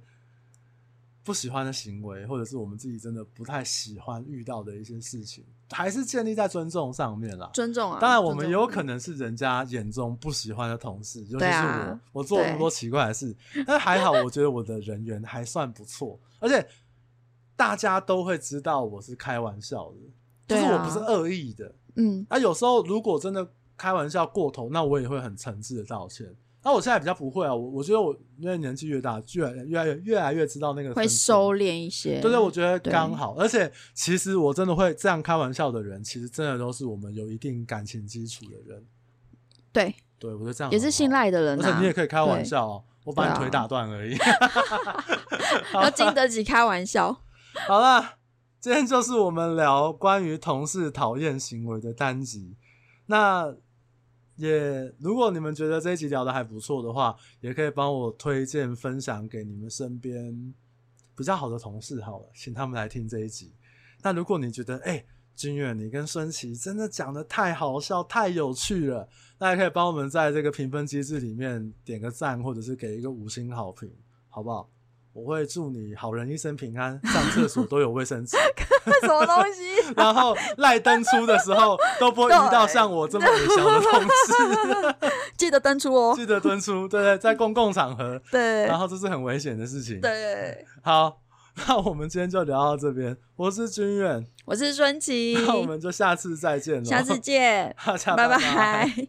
[SPEAKER 1] 不喜欢的行为，或者是我们自己真的不太喜欢遇到的一些事情，还是建立在尊重上面啦。
[SPEAKER 2] 尊重啊。
[SPEAKER 1] 当然，我们
[SPEAKER 2] 尊重
[SPEAKER 1] 也有可能是人家眼中不喜欢的同事，尤其
[SPEAKER 2] 对
[SPEAKER 1] 是
[SPEAKER 2] 啊
[SPEAKER 1] 我，我做那么多奇怪的事，但还好，我觉得我的人缘还算不错，而且大家都会知道我是开玩笑的，就是
[SPEAKER 2] 对啊
[SPEAKER 1] 我不是恶意的。
[SPEAKER 2] 嗯，
[SPEAKER 1] 啊，有时候如果真的开玩笑过头，那我也会很诚挚的道歉。那我现在比较不会啊，我我觉得我因为年纪越大，越来越来越越来越知道那个
[SPEAKER 2] 会
[SPEAKER 1] 分寸
[SPEAKER 2] 收敛一些。
[SPEAKER 1] 对对，我觉得
[SPEAKER 2] 对
[SPEAKER 1] 刚好。而且其实我真的会这样开玩笑的人，其实真的都是我们有一定感情基础的人。
[SPEAKER 2] 对
[SPEAKER 1] 对，我觉得这样
[SPEAKER 2] 也
[SPEAKER 1] 很
[SPEAKER 2] 是
[SPEAKER 1] 好
[SPEAKER 2] 信，赖的人啊
[SPEAKER 1] 而
[SPEAKER 2] 呐、
[SPEAKER 1] 啊且你也可以开玩
[SPEAKER 2] 对
[SPEAKER 1] 笑哦。我把
[SPEAKER 2] 对
[SPEAKER 1] 你
[SPEAKER 2] 啊
[SPEAKER 1] 腿打断而已。
[SPEAKER 2] 要经得起开玩
[SPEAKER 1] (laughs)
[SPEAKER 2] 笑。
[SPEAKER 1] 好了，今天就是我们聊关于同事讨厌行为的单集。那也，如果你们觉得这一集聊的还不错的话，也可以帮我推荐分享给你们身边比较好的同事好了，请他们来听这一集。那如果你觉得，哎、君远，你跟孙琦真的讲的太好笑、太有趣了，那也可以帮我们在这个评分机制里面点个赞，或者是给一个五星好评，好不好？我会祝你好人一生平安，上厕所都有卫生纸，
[SPEAKER 2] 什么东西？
[SPEAKER 1] 然后赖登出的时候都不会遇到像我这么矮小的同事，
[SPEAKER 2] 记得登出哦。
[SPEAKER 1] (laughs) 记得登出，对对，在公共场合，
[SPEAKER 2] 对
[SPEAKER 1] 然后这是很危险的事情。
[SPEAKER 2] 对，
[SPEAKER 1] 好，那我们今天就聊到这边，我是君远，
[SPEAKER 2] 我是孙琪，
[SPEAKER 1] 那我们就下次再见了，
[SPEAKER 2] 下次
[SPEAKER 1] (laughs)
[SPEAKER 2] 见，
[SPEAKER 1] 大家
[SPEAKER 2] 拜
[SPEAKER 1] 拜
[SPEAKER 2] 拜。